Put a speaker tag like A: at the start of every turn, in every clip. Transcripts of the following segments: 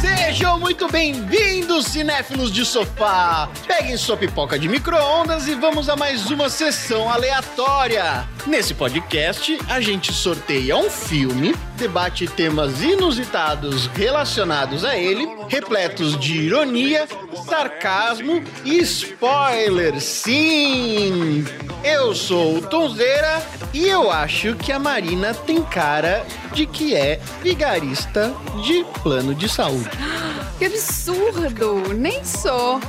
A: Sejam muito bem-vindos, cinéfilos de sofá! Peguem sua pipoca de micro-ondas e vamos a mais uma sessão aleatória! Nesse podcast, a gente sorteia um filme, debate temas inusitados relacionados a É ele, repletos de ironia, sarcasmo e spoiler. Sim! Eu sou o Tonzeira e eu acho que a Marina tem cara de que é vigarista de plano de saúde.
B: Que absurdo! Nem sou.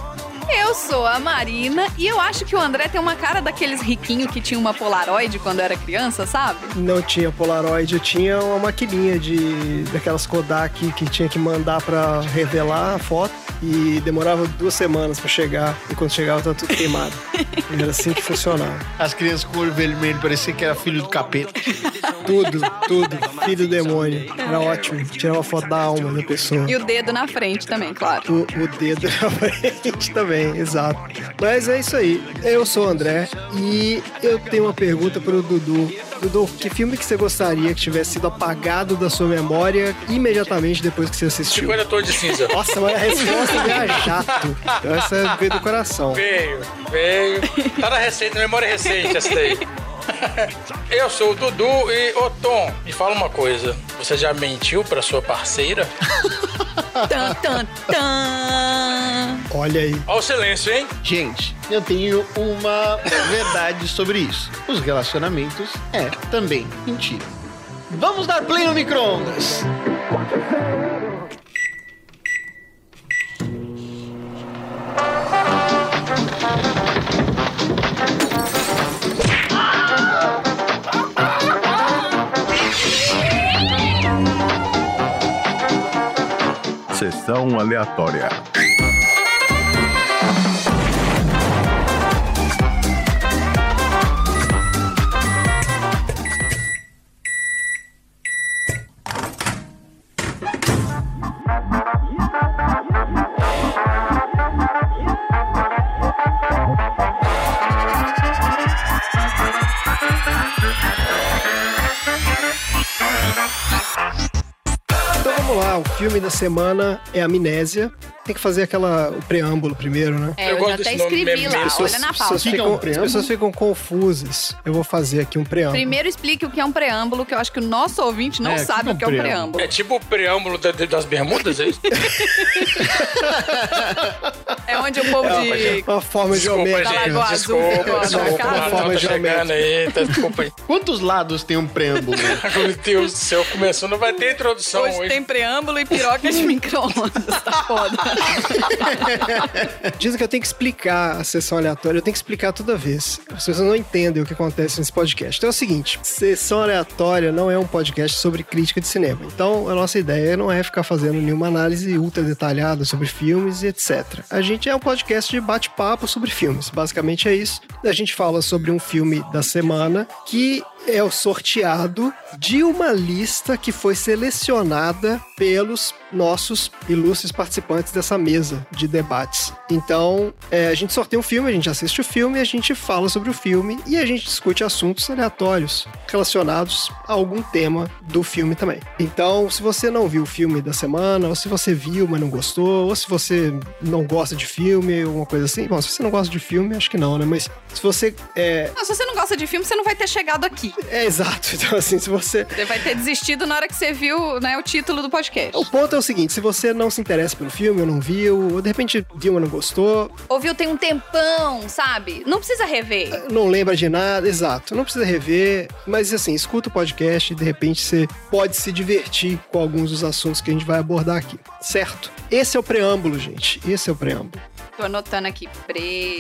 B: Eu sou a Marina e eu acho que o André tem uma cara daqueles riquinhos que tinha uma Polaroid quando era criança, sabe?
C: Não tinha Polaroid, eu tinha uma maquininha de daquelas Kodak que tinha que mandar pra revelar a foto e demorava duas semanas pra chegar e quando chegava tava tudo queimado. E era assim que funcionava.
A: As crianças com olho vermelho parecia que era filho do capeta.
C: Tudo, tudo, filho do demônio. Era ótimo, tirava foto da alma da pessoa.
B: E o dedo na frente também, claro.
C: O, o dedo na frente também, exato. Mas é isso aí. Eu sou o André e eu tenho uma pergunta pro Dudu. Dudu, que filme que você gostaria que tivesse sido apagado da sua memória imediatamente depois que você assistiu?
D: Cinquenta tons de cinza.
C: Nossa, mas a resposta veio a jato. Então essa veio do coração.
D: Veio, veio. Tá na receita, na memória recente essa daí. Eu sou o Dudu e ô Tom, me fala uma coisa. Você já mentiu pra sua parceira?
B: Tan, tan, tan.
C: Olha aí.
D: Ó o silêncio, hein?
A: Gente, eu tenho uma verdade sobre isso. Os relacionamentos é também mentira. Vamos dar play no micro-ondas!
E: Sessão aleatória.
C: Então vamos lá, o filme da semana é Amnésia. Tem que fazer aquela, o preâmbulo primeiro, né?
B: É, eu,
D: Eu gosto
B: já até
D: desse nome,
B: escrevi
D: meme,
B: lá,
D: meme.
B: olha na
C: pessoas
B: pauta.
A: fica
C: ficam,
A: um preâmbulo?
C: as pessoas ficam confusas. Eu vou fazer aqui um preâmbulo.
B: Primeiro explique o que é um preâmbulo, que eu acho que o nosso ouvinte não
A: É,
B: sabe o que é um preâmbulo.
D: É tipo o preâmbulo da- das bermudas, é isso?
B: É onde o povo de...
C: Uma forma
D: Desculpa,
B: Da
C: geométrica.
B: Lagoa
D: gente.
B: Azul ficou
D: Desculpa,
B: lá
D: desculpa.
B: marcado.
D: O Natal
C: Forma
D: tá chegando aí. Tá, desculpa aí.
A: Quantos lados tem um preâmbulo?
D: Meu Deus do céu, começou. Não vai ter introdução hoje.
B: Hoje tem preâmbulo e piroca de micro-ondas, tá foda.
C: Dizem que eu tenho que explicar a sessão aleatória, eu tenho que explicar toda vez. As pessoas não entendem o que acontece nesse podcast. Então é o seguinte: sessão aleatória não é um podcast sobre crítica de cinema. Então a nossa ideia não é ficar fazendo nenhuma análise ultra detalhada sobre filmes e etc. A gente é um podcast de bate-papo sobre filmes. Basicamente é isso. A gente fala sobre um filme da semana que é o sorteado de uma lista que foi selecionada pelos nossos ilustres participantes dessa mesa de debates. Então, é, a gente sorteia um filme, a gente assiste o filme, a gente fala sobre o filme e a gente discute assuntos aleatórios relacionados a algum tema do filme também. Então, se você não viu o filme da semana, ou se você viu, mas não gostou, ou se você não gosta de filme, alguma coisa assim. Bom, se você não gosta de filme, acho que não, né? Mas se você. É,
B: Não, se você não gosta de filme, você não vai ter chegado aqui.
C: é exato. Então, assim, se você
B: Você vai ter desistido na hora que você viu né, o título do podcast.
C: O ponto é o seguinte: se você não se interessa pelo filme, ou não viu, ou de repente viu, mas não gostou,
B: Ouviu tem um tempão, sabe? Não precisa rever.
C: não lembra de nada, exato, não precisa rever, mas assim, escuta o podcast e de repente você pode se divertir com alguns dos assuntos que a gente vai abordar aqui, certo? Esse é o preâmbulo, gente. Esse é o preâmbulo.
B: Tô anotando aqui,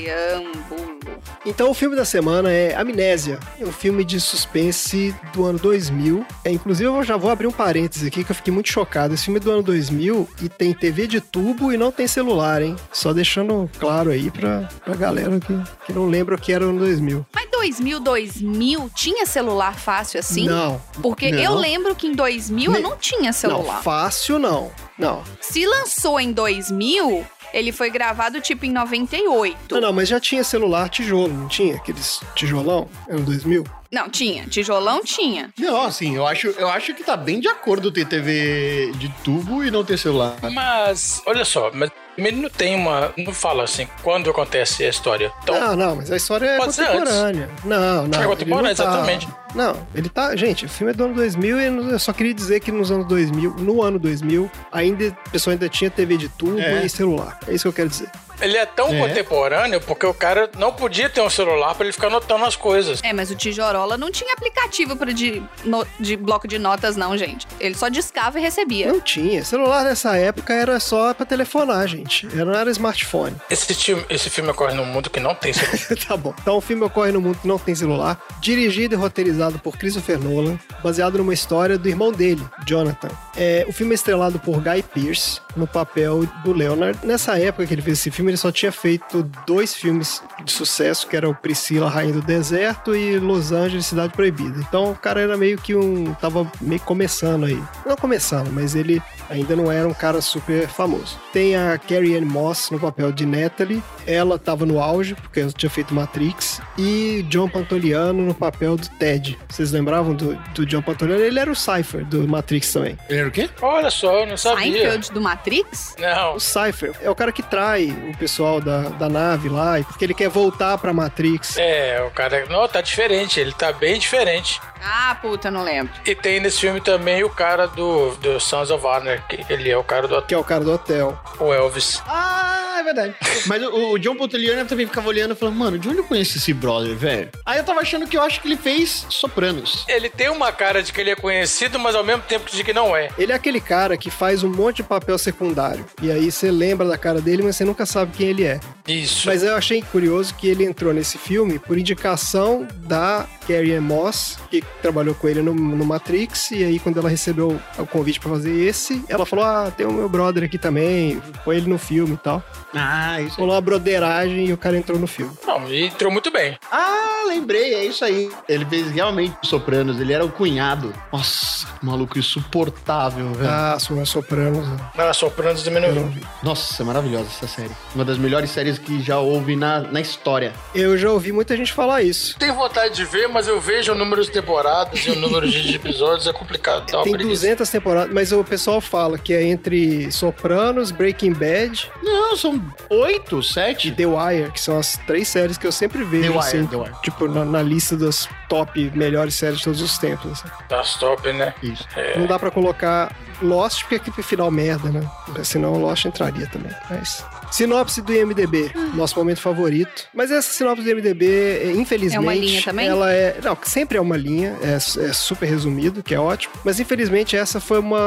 B: preâmbulo.
C: Então, o filme da semana é Amnésia, é um filme de suspense do ano 2000. É, inclusive, eu já vou abrir um parênteses aqui que eu fiquei muito chocado. Esse filme é do ano 2000 e tem TV de tubo e não tem celular, hein? Só deixando claro aí pra, pra galera que, que não lembra o que era o ano 2000.
B: Mas 2000, 2000 tinha celular fácil assim?
C: Não.
B: Porque
C: Não.
B: eu lembro que em 2000 eu
C: Ne-
B: não tinha
C: Não,
B: celular.
C: fácil não. Não.
B: Se lançou em 2000, ele foi gravado tipo em 98.
C: Ah, Não, não, mas já tinha celular tijolo, não tinha? Aqueles tijolão? Ano 2000?
B: Não, tinha. Tijolão tinha.
A: Não, assim, eu acho, eu acho que tá bem de acordo ter TV de tubo e não ter celular.
D: Mas, olha só, mas ele não tem uma. Não fala assim quando acontece a história. Então,
C: não, não, mas a história é
D: Pode ser
C: contemporânea. Não, não.
D: É
C: ele
D: contemporânea,
C: não tá-
D: exatamente.
C: Não, ele tá. Gente, o filme é do ano 2000 e eu só queria dizer que nos anos 2000, no ano 2000, ainda, a pessoa ainda tinha TV de tubo
A: É.
C: e celular. É isso que eu quero dizer.
D: ele é tão
A: É.
D: contemporâneo porque o cara não podia ter um celular pra ele ficar anotando as coisas.
B: É, mas o Tijorola não tinha aplicativo pra de, no- de bloco de notas, não, gente. Ele só discava e recebia.
C: Não tinha. Celular nessa época era só pra telefonar, gente. Era- Não era smartphone.
D: Esse, ti- esse filme ocorre num mundo que não tem celular.
C: tá bom. Então o filme ocorre no mundo que não tem celular, dirigido e roteirizado por Christopher Nolan, baseado numa história do irmão dele, Jonathan. É, o filme é estrelado por Guy Pearce, no papel do Leonard. Nessa época que ele fez esse filme, ele só tinha feito dois filmes de sucesso, que era o Priscila, Rainha do Deserto e Los Angeles, Cidade Proibida. Então o cara era meio que um... tava meio começando aí. Não começando, mas ele ainda não era um cara super famoso. Tem a Carrie Ann Moss no papel de Natalie. Ela tava no auge, porque ela tinha feito Matrix. E John Pantoliano no papel do Ted. Vocês lembravam do, do John Pantoliano? Ele era o Cypher do Matrix também.
A: Ele era É, o quê?
D: olha só, eu não sabia.
B: Seinfeld do Matrix?
D: Não,
C: O Cypher é o cara que trai o pessoal da, da nave lá, porque ele quer voltar pra Matrix.
D: é, o cara. Não, tá diferente, ele tá bem diferente.
B: Ah, puta, não lembro.
D: E tem nesse filme também o cara do, do Sons of Anarchy. Ele é o cara do
C: Que é o cara do hotel.
D: o Elvis.
A: Ah, é verdade. Mas o, o John Ponteliano também ficava olhando e falando, mano, de onde eu conheço esse brother, velho? Aí eu tava achando que eu acho que ele fez Sopranos.
D: Ele tem uma cara de que ele é conhecido, mas ao mesmo tempo de que não é.
C: Ele é aquele cara que faz um monte de papel secundário. E aí você lembra da cara dele, mas você nunca sabe quem ele é.
D: Isso.
C: Mas eu achei curioso que ele entrou nesse filme por indicação da Carrie Ann Moss, que trabalhou com ele no, no Matrix, e aí quando ela recebeu o convite pra fazer esse, ela falou: Ah, tem o meu brother aqui também, põe ele no filme e tal.
A: Ah, isso
C: Rolou uma broderagem e o cara entrou no filme.
D: Não, e entrou muito bem.
A: Ah, lembrei, é isso aí. Ele fez realmente Sopranos, ele era o cunhado. Nossa, que maluco insuportável, velho.
C: Ah, Summer Sopranos. né?
D: Ah, Sopranos também não
C: Eu, não
D: viu.
C: vi.
A: Nossa, é maravilhosa essa série. Uma das melhores séries que já houve na, na história.
C: eu já ouvi muita gente falar isso.
D: Tenho vontade de ver, mas eu vejo o número de temporadas e o número de episódios, é complicado. Dá uma
C: Tem
D: preguiça.
C: 200 temporadas, mas o pessoal fala que é entre Sopranos, Breaking Bad
A: Não, são oito,
C: e
A: sete.
C: The Wire, que são as três séries que eu sempre vejo,
A: The Wire,
C: assim,
A: The Wire.
C: tipo, na, na lista das top melhores séries de todos os tempos. assim.
D: Tá top, né?
A: Isso.
C: Não dá pra colocar Lost, porque aqui pro final merda, né? Senão Lost entraria também, mas... Sinopse do IMDB,
B: Ah.
C: nosso momento favorito. Mas essa sinopse do IMDB, é, infelizmente...
B: É uma linha também?
C: Ela é... Não, sempre é uma linha, é, é super resumido, que é ótimo. Mas infelizmente essa foi uma...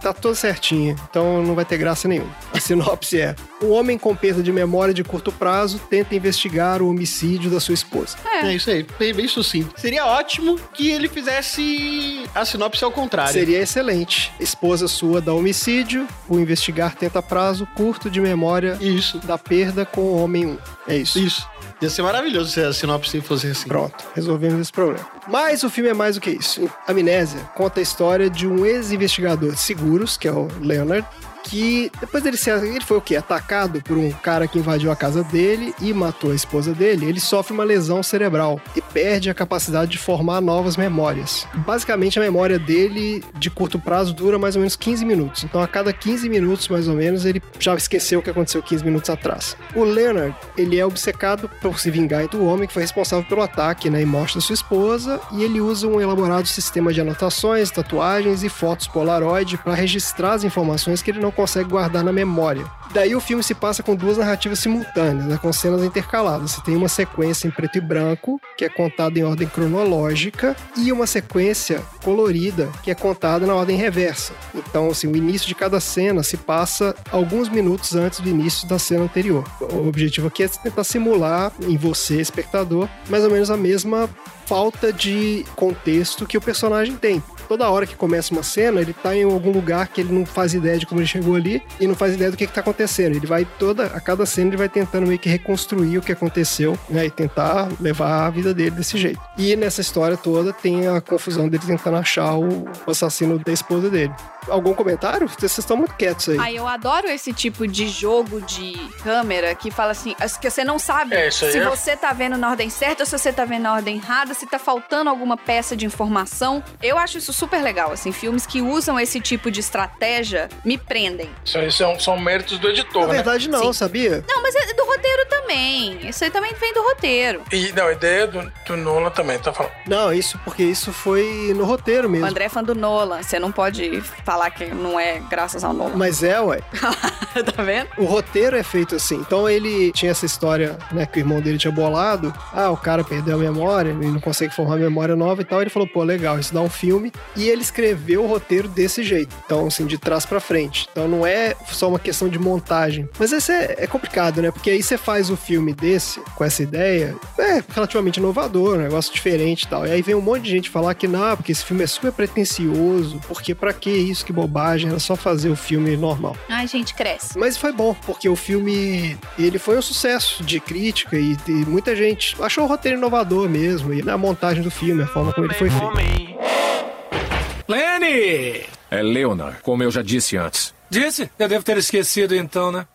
C: Tá toda certinha, então não vai ter graça nenhuma. A sinopse é... Um homem com perda de memória de curto prazo tenta investigar o homicídio da sua esposa.
A: É isso aí, bem, bem sucinto. Seria ótimo que ele fizesse a sinopse ao contrário.
C: Seria excelente. Esposa sua dá homicídio, o investigar tenta prazo curto de memória
A: Isso,
C: da perda com o homem 1. É isso.
A: isso. Ia ser maravilhoso se a sinopse fosse assim.
C: Pronto, resolvemos esse problema. Mas o filme é mais do que isso. Amnésia conta a história de um ex-investigador de seguros, que é o Leonard, que depois dele ser, ele foi o quê? Atacado por um cara que invadiu a casa dele e matou a esposa dele. Ele sofre uma lesão cerebral e perde a capacidade de formar novas memórias. Basicamente a memória dele de curto prazo dura mais ou menos 15 minutos. Então a cada 15 minutos mais ou menos ele já esqueceu o que aconteceu 15 minutos atrás. O Leonard, ele é obcecado por se vingar do homem que foi responsável pelo ataque, né, e mostra sua esposa, e ele usa um elaborado sistema de anotações, tatuagens e fotos Polaroid para registrar as informações que ele não consegue guardar na memória. Daí o filme se passa com duas narrativas simultâneas, né, com cenas intercaladas. Você tem uma sequência em preto e branco, que é contada em ordem cronológica, e uma sequência colorida, que é contada na ordem reversa. Então, assim, o início de cada cena se passa alguns minutos antes do início da cena anterior. O objetivo aqui é tentar simular em você, espectador, mais ou menos a mesma falta de contexto que o personagem tem. Toda hora que começa uma cena, ele tá em algum lugar que ele não faz ideia de como ele chegou ali e não faz ideia do que, que tá acontecendo. Ele vai toda, a cada cena, ele vai tentando meio que reconstruir o que aconteceu, né? E tentar levar a vida dele desse jeito. E nessa história toda tem a confusão dele tentando achar o assassino da esposa dele. Algum comentário? Vocês estão muito quietos aí.
B: Ai, eu adoro esse tipo de jogo de câmera que fala assim, as que você não sabe
D: É, isso aí
B: se
D: é-
B: você tá vendo na ordem certa ou se você tá vendo na ordem errada, se tá faltando alguma peça de informação. Eu acho isso super legal, assim, filmes que usam esse tipo de estratégia me prendem.
D: Isso aí são, são méritos do
C: Na
D: editor, né?
C: verdade, não,
B: Sim.
C: sabia?
B: Não, mas é do roteiro também. Isso aí também vem do roteiro.
D: E não, a ideia do, do Nolan também, tá falando.
C: Não, isso porque isso foi no roteiro
B: O
C: mesmo.
B: André é fã do Nolan. Você não pode falar que não é graças ao Nolan.
C: Mas é, ué.
B: tá vendo?
C: O roteiro é feito assim. Então ele tinha essa história, né, que o irmão dele tinha bolado. Ah, o cara perdeu a memória e não consegue formar memória nova e tal. Ele falou, pô, legal, isso dá um filme. E ele escreveu o roteiro desse jeito. Então, assim, de trás pra frente. Então não é só uma questão de montagem. Mas esse é, é complicado, né? Porque aí você faz o filme desse, com essa ideia, é relativamente inovador, um negócio diferente e tal. E aí vem um monte de gente falar que não, porque esse filme é super pretencioso, porque pra que isso, que bobagem, era só fazer o filme normal.
B: Ai, gente, cresce.
C: Mas foi bom, porque o filme ele foi um sucesso de crítica e, e muita gente achou o roteiro inovador mesmo, e na montagem do filme, a forma como ele foi feito.
F: Lenny!
G: É Leonard, como eu já disse antes.
F: Disse? Eu devo ter esquecido então, né?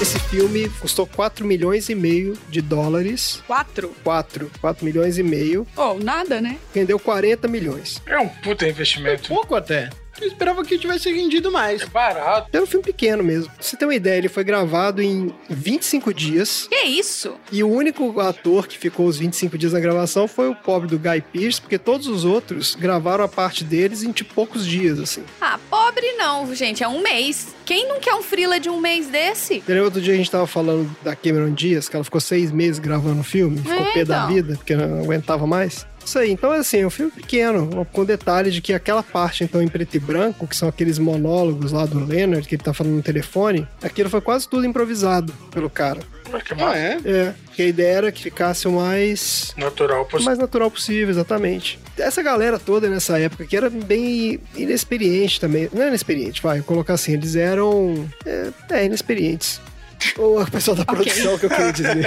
C: Esse filme custou 4 milhões e meio de dólares.
B: Quatro?
C: 4, 4 milhões e meio,
B: Ou nada, né?
C: rendeu 40 milhões.
D: É um puta investimento.
A: Pouco até. Eu esperava que tivesse rendido mais.
D: É barato.
C: Era um filme pequeno mesmo. Pra você ter uma ideia, ele foi gravado em 25 dias.
B: Que isso?
C: E o único ator que ficou os 25 dias na gravação foi o pobre do Guy Pearce, porque todos os outros gravaram a parte deles em tipo, poucos dias, assim.
B: Ah, pobre não, gente. É um mês. Quem não quer um frila de um mês desse?
C: Entendeu? Outro dia a gente tava falando da Cameron Diaz, que ela ficou seis meses gravando o filme, ficou pé da
B: então.
C: vida, porque não aguentava mais. Isso aí, então assim, é um filme pequeno, com detalhe de que aquela parte, então, em preto e branco, que são aqueles monólogos lá do Leonard, que ele tá falando no telefone, aquilo foi quase tudo improvisado pelo cara.
D: Pô, Que
A: Ah,
D: mais
A: é?
C: É, porque a ideia era que ficasse o mais
D: natural
C: o
D: possível.
C: mais natural possível, exatamente. Essa galera toda nessa época, que era bem inexperiente também. Não é inexperiente, vai, colocar assim, eles eram. É, é, inexperientes. Ou o pessoal da produção que eu queria dizer.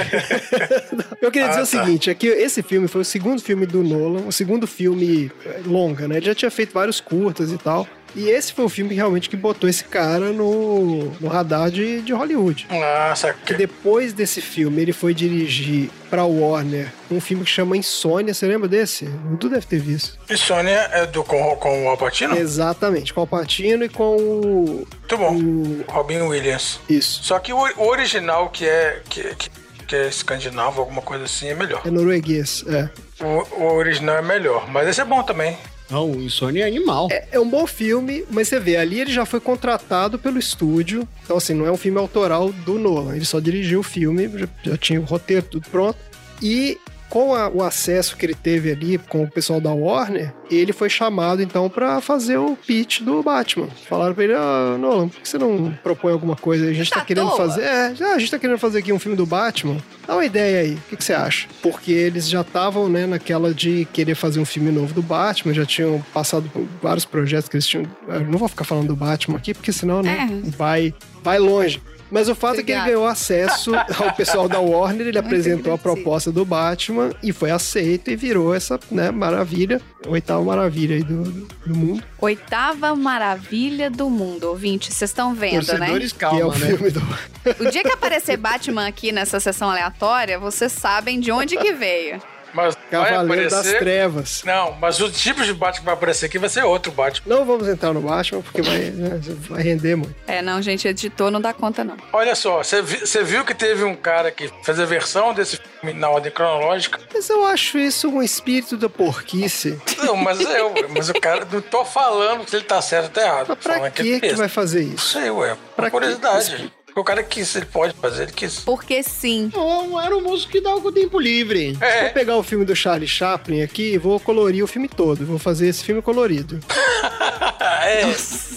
C: eu queria dizer o seguinte: é que esse filme foi o segundo filme do Nolan, o segundo filme é, longa, né? Ele já tinha feito vários curtas e tal. E esse foi o filme que realmente que botou esse cara no, no radar de, de Hollywood
D: Nossa,
C: que
D: que...
C: depois desse filme ele foi dirigir pra Warner um filme que chama Insônia, você lembra desse? Tu deve ter visto.
D: E Sônia é do com, com o Alpatino?
C: É Exatamente, com o Patino e com o...
D: Muito bom.
C: o-
D: Robin Williams.
C: Isso,
D: Só que o, o original, que é, que, que, que é escandinavo, alguma coisa assim, é melhor.
C: é norueguês, é.
D: O, o original é melhor, mas esse é bom também.
A: Não, o Insônia é animal.
C: É- É um bom filme, mas você vê, ali ele já foi contratado pelo estúdio. Então, assim, não é um filme autoral do Nolan. Ele só dirigiu o filme, já, já tinha o roteiro tudo pronto. E com a- o acesso que ele teve ali com o pessoal da Warner, ele foi chamado então pra fazer o pitch do Batman. Falaram pra ele: ah, Nolan, por que você não propõe alguma coisa? A gente tá,
B: Tá à
C: querendo
B: toa.
C: fazer. É, já, a gente tá querendo fazer aqui um filme do Batman. Dá uma ideia aí, o que, que você acha? Porque eles já estavam, né, naquela de querer fazer um filme novo do Batman, já tinham passado por vários projetos que eles tinham. ah, Eu não vou ficar falando do Batman aqui, porque senão, né,
B: É.
C: vai, vai longe. Mas o fato é que ele
B: Obrigada.
C: ganhou acesso ao pessoal da Warner, ele apresentou a
B: agradecida.
C: proposta do Batman e foi aceito e virou essa, né, maravilha, oitava maravilha aí do, do mundo.
B: Oitava maravilha do mundo, ouvinte. Vocês estão vendo,
A: Torcedores,
C: que é o
A: calma, né?
C: filme do
B: né? O dia que aparecer Batman aqui nessa sessão aleatória, vocês sabem de onde que veio.
D: Mas vai
C: Cavaleiro das
D: aparecer...
C: Trevas.
D: Não, mas o tipo de Batman que vai aparecer aqui vai ser outro Batman.
C: Não vamos entrar no Batman, porque vai, né, vai render muito.
B: É, não, gente, editor não dá conta, não.
D: Olha só, você vi- você viu que teve um cara que fez a versão desse filme na ordem cronológica?
C: Mas eu acho isso um espírito da porquice.
D: Não, mas eu, mas o cara, não tô falando se ele tá certo ou tá errado.
C: Mas
D: Tô
C: pra
D: falando
C: que, que
D: fez.
C: vai fazer
D: Não
C: isso?
D: sei, ué.
C: Pra que
D: Por curiosidade. O cara quis, ele pode fazer, ele quis.
B: Porque sim.
A: Não, era um moço que dava com o tempo livre.
C: Vou
D: É,
C: pegar o filme do Charlie Chaplin aqui e vou colorir o filme todo. Vou fazer esse filme colorido.
D: é.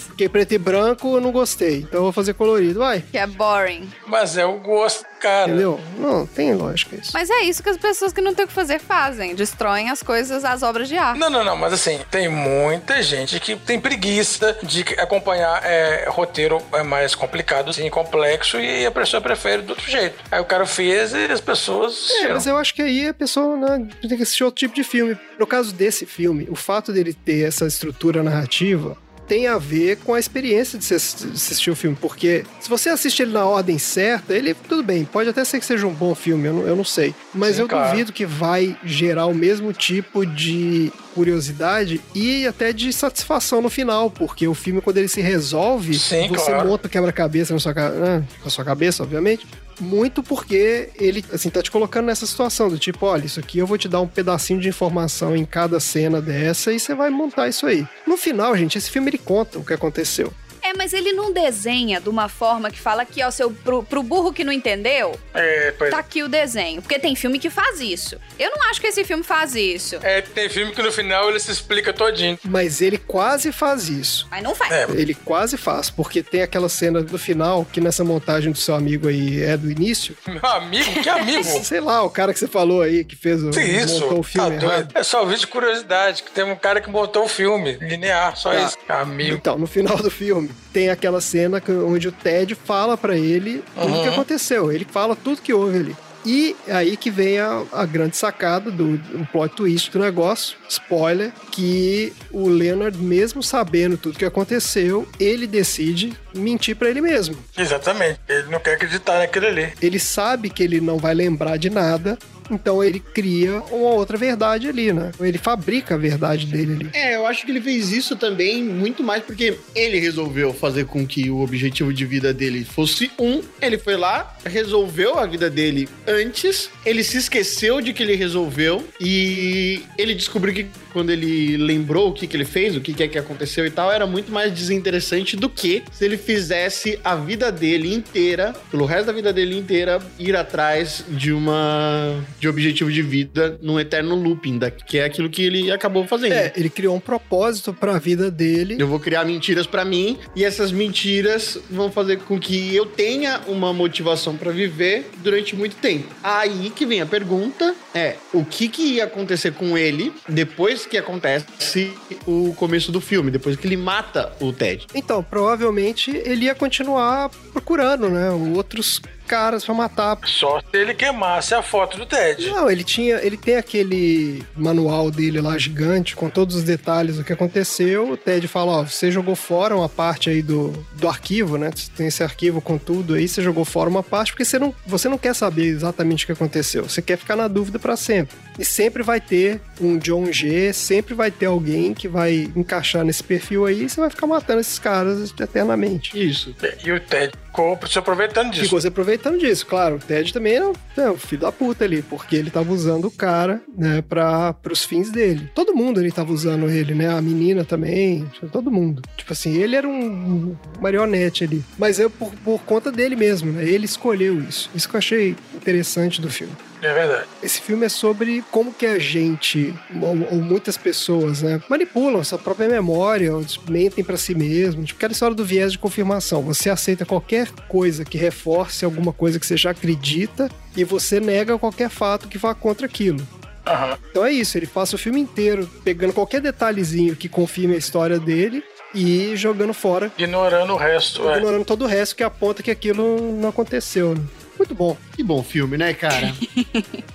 C: Porque preto e branco eu não gostei, então eu vou fazer colorido. Vai,
B: Que é boring.
D: Mas é o gosto, cara.
C: entendeu? Não, tem lógica isso.
B: Mas é isso que as pessoas que não têm o que fazer fazem. Destroem as coisas, as obras de arte.
D: Não, não, não, mas assim, tem muita gente que tem preguiça de acompanhar é, roteiro é, mais complicado, assim, complexo, e a pessoa prefere do outro jeito. Aí o cara fez e as pessoas.
C: É, mas eu acho que aí a pessoa né, tem que assistir outro tipo de filme. No caso desse filme, o fato dele ter essa estrutura narrativa tem a ver com a experiência de você ass- assistir o filme, porque se você assiste ele na ordem certa, ele, tudo bem, pode até ser que seja um bom filme, eu não, eu não sei. Mas
D: Sim,
C: eu
D: claro.
C: duvido que vai gerar o mesmo tipo de curiosidade e até de satisfação no final, porque o filme, quando ele se resolve,
D: Sim,
C: você
D: claro.
C: monta o quebra-cabeça na sua, ca- né, na sua cabeça, obviamente, muito porque ele, assim, tá te colocando nessa situação do tipo, olha, isso aqui eu vou te dar um pedacinho de informação em cada cena dessa e você vai montar isso aí. No final, gente, esse filme ele conta o que aconteceu.
B: É, mas ele não desenha de uma forma que fala que, ó, seu, pro, pro burro que não entendeu,
D: É, pois
B: tá aqui o desenho. Porque tem filme que faz isso. Eu não acho que esse filme faz isso.
D: é, tem filme que no final ele se explica todinho.
C: Mas ele quase faz isso.
B: Mas não faz.
D: É,
C: Ele quase faz, porque tem aquela cena do final que nessa montagem do seu amigo aí é do início.
D: meu amigo, que amigo!
C: Sei lá, o cara que você falou aí que fez o,
D: Que isso?
C: montou o filme né?
D: Tá
C: errado.
D: doido? É só vídeo de curiosidade, que tem um cara que montou o filme, linear, só
C: Tá.
D: isso. Amigo.
C: Então, no final do filme, tem aquela cena que- onde o Ted fala pra ele tudo
D: Uhum.
C: que aconteceu. Ele fala tudo que houve ali. E aí que vem a, a grande sacada do, do plot twist do negócio, spoiler, que o Leonard, mesmo sabendo tudo que aconteceu, ele decide mentir pra ele mesmo.
D: Exatamente. Ele não quer acreditar naquilo ali.
C: Ele sabe que ele não vai lembrar de nada, então ele cria uma outra verdade ali, né? Ele fabrica a verdade dele ali.
A: É, eu acho que ele fez isso também muito mais porque ele resolveu fazer com que o objetivo de vida dele fosse um. Ele foi lá, resolveu a vida dele antes, ele se esqueceu de que ele resolveu e ele descobriu que quando ele lembrou o que, que ele fez, o que, que é que aconteceu e tal, era muito mais desinteressante do que se ele fizesse a vida dele inteira, pelo resto da vida dele inteira, ir atrás de uma de objetivo de vida num eterno looping, da- que é aquilo que ele acabou fazendo.
C: É, ele criou um propósito pra vida dele
A: Eu vou criar mentiras pra mim e essas mentiras vão fazer com que eu tenha uma motivação pra viver durante muito tempo. Aí que vem a pergunta é o que que ia acontecer com ele depois que acontece o começo do filme, depois que ele mata o Ted.
C: Então, provavelmente ele ia continuar procurando, né? Outros caras pra matar.
D: Só se ele queimasse a foto do Ted.
C: Não, ele tinha, ele tem aquele manual dele lá gigante com todos os detalhes do que aconteceu. O Ted fala, ó, você jogou fora uma parte aí do, do arquivo, né? Você Tem esse arquivo com tudo aí, você jogou fora uma parte porque você não, você não quer saber exatamente o que aconteceu. Você quer ficar na dúvida pra sempre. E sempre vai ter um John G, sempre vai ter alguém que vai encaixar nesse perfil aí, e você vai ficar matando esses caras eternamente.
A: Isso.
D: E o Ted ficou se aproveitando disso.
C: Ficou se aproveitando disso, claro. O Ted também era um- é um filho da puta ali, porque ele tava usando o cara, né, pra, pros fins dele. Todo mundo ali tava usando ele, né? A menina também, todo mundo. Tipo assim, ele era um marionete ali. Mas é por, por conta dele mesmo, né? Ele escolheu isso. Isso que eu achei interessante do filme.
D: É verdade.
C: Esse filme é sobre como que a gente, ou, ou muitas pessoas, né, manipulam sua própria memória, ou mentem pra si mesmo. Tipo, aquela história do viés de confirmação. Você aceita qualquer coisa que reforce alguma coisa que você já acredita e você nega qualquer fato que vá contra aquilo.
D: Aham.
C: Então é isso, ele passa o filme inteiro pegando qualquer detalhezinho que confirme a história dele e jogando fora,
D: Ignorando o resto, é.
C: ignorando todo o resto que aponta que aquilo não aconteceu. né? Muito bom.
A: Que bom filme, né, cara?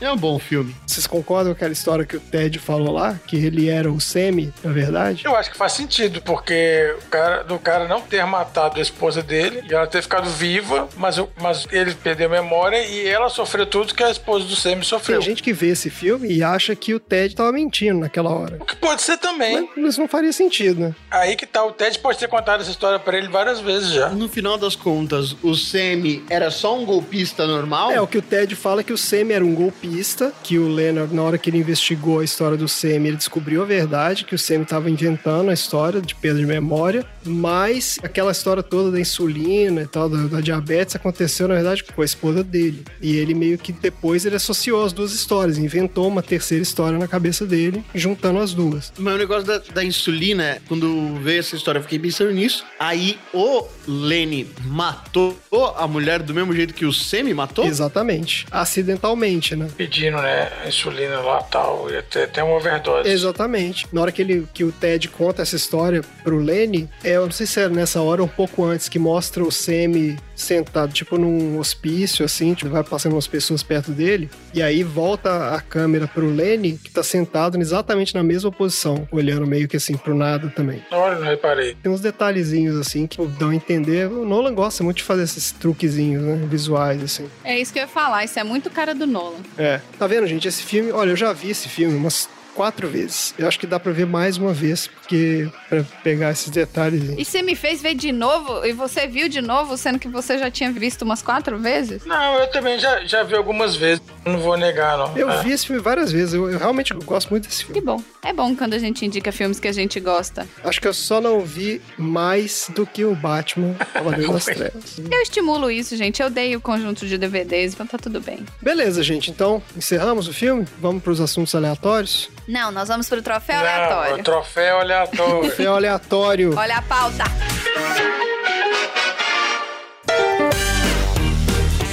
A: é um bom filme.
C: Vocês concordam com aquela história que o Ted falou lá? Que ele era o Semi, na verdade?
D: Eu acho que faz sentido, porque o cara, do cara não ter matado a esposa dele e ela ter ficado viva, mas, o- mas ele perdeu a memória e ela sofreu tudo que a esposa do Sam sofreu.
C: Tem gente que vê esse filme e acha que o Ted tava mentindo naquela hora.
D: O que pode ser também.
C: Mas isso não faria sentido, né?
D: Aí que tá, o Ted pode ter contado essa história pra ele várias vezes já.
A: No final das contas, o Sammy era só um golpista vida normal?
C: É, o que o Ted fala é que o Semi era um golpista, que o Leonard, na hora que ele investigou a história do Semi, ele descobriu a verdade, que o Semi estava inventando a história de perda de memória, mas aquela história toda da insulina e tal, da, da diabetes, aconteceu, na verdade, com a esposa dele. E ele meio que depois ele associou as duas histórias, inventou uma terceira história na cabeça dele, juntando as duas.
A: Mas o negócio da, da insulina, quando veio essa história, eu fiquei pensando nisso. Aí o Lenny matou a mulher do mesmo jeito que o Semi matou?
C: Exatamente. Acidentalmente, né?
D: Pedindo, né? Insulina lá tal. E até, até uma overdose.
C: Exatamente. Na hora que, ele, que o Ted conta essa história pro Lenny, é, eu não sei se era nessa hora ou um pouco antes, que mostra o Sammy sentado, tipo, num hospício, assim, tipo, vai passando umas pessoas perto dele, e aí volta a câmera pro Lenny, que tá sentado exatamente na mesma posição, olhando meio que assim pro nada também.
D: Olha, não reparei.
C: Tem uns detalhezinhos, assim, que dão a entender. O Nolan gosta muito de fazer esses truquezinhos, né? Visuais, assim.
B: É isso que eu ia falar, isso é muito cara do Nolan.
C: É. Tá vendo, gente? Esse filme, olha, eu já vi esse filme umas quatro vezes. Eu acho que dá pra ver mais uma vez, porque pra pegar esses detalhes.
B: E você me fez ver de novo, e você viu de novo, sendo que você já tinha visto umas quatro vezes?
D: Não, eu também já, já vi algumas vezes. Não vou negar, não.
C: Eu
D: É.
C: vi esse filme várias vezes, eu, eu realmente gosto muito desse
B: Que
C: filme.
B: bom. É bom quando a gente indica filmes que a gente gosta.
C: Acho que eu só não vi mais do que o Batman Cavaleiro das Trevas.
B: Eu estimulo isso, gente. Eu dei o conjunto de DVDs, então tá tudo bem.
C: Beleza, gente, então encerramos o filme? Vamos pros assuntos aleatórios?
B: Não, nós vamos pro troféu
D: Não,
B: aleatório.
D: o troféu aleatório.
C: É aleatório.
B: Olha a pauta.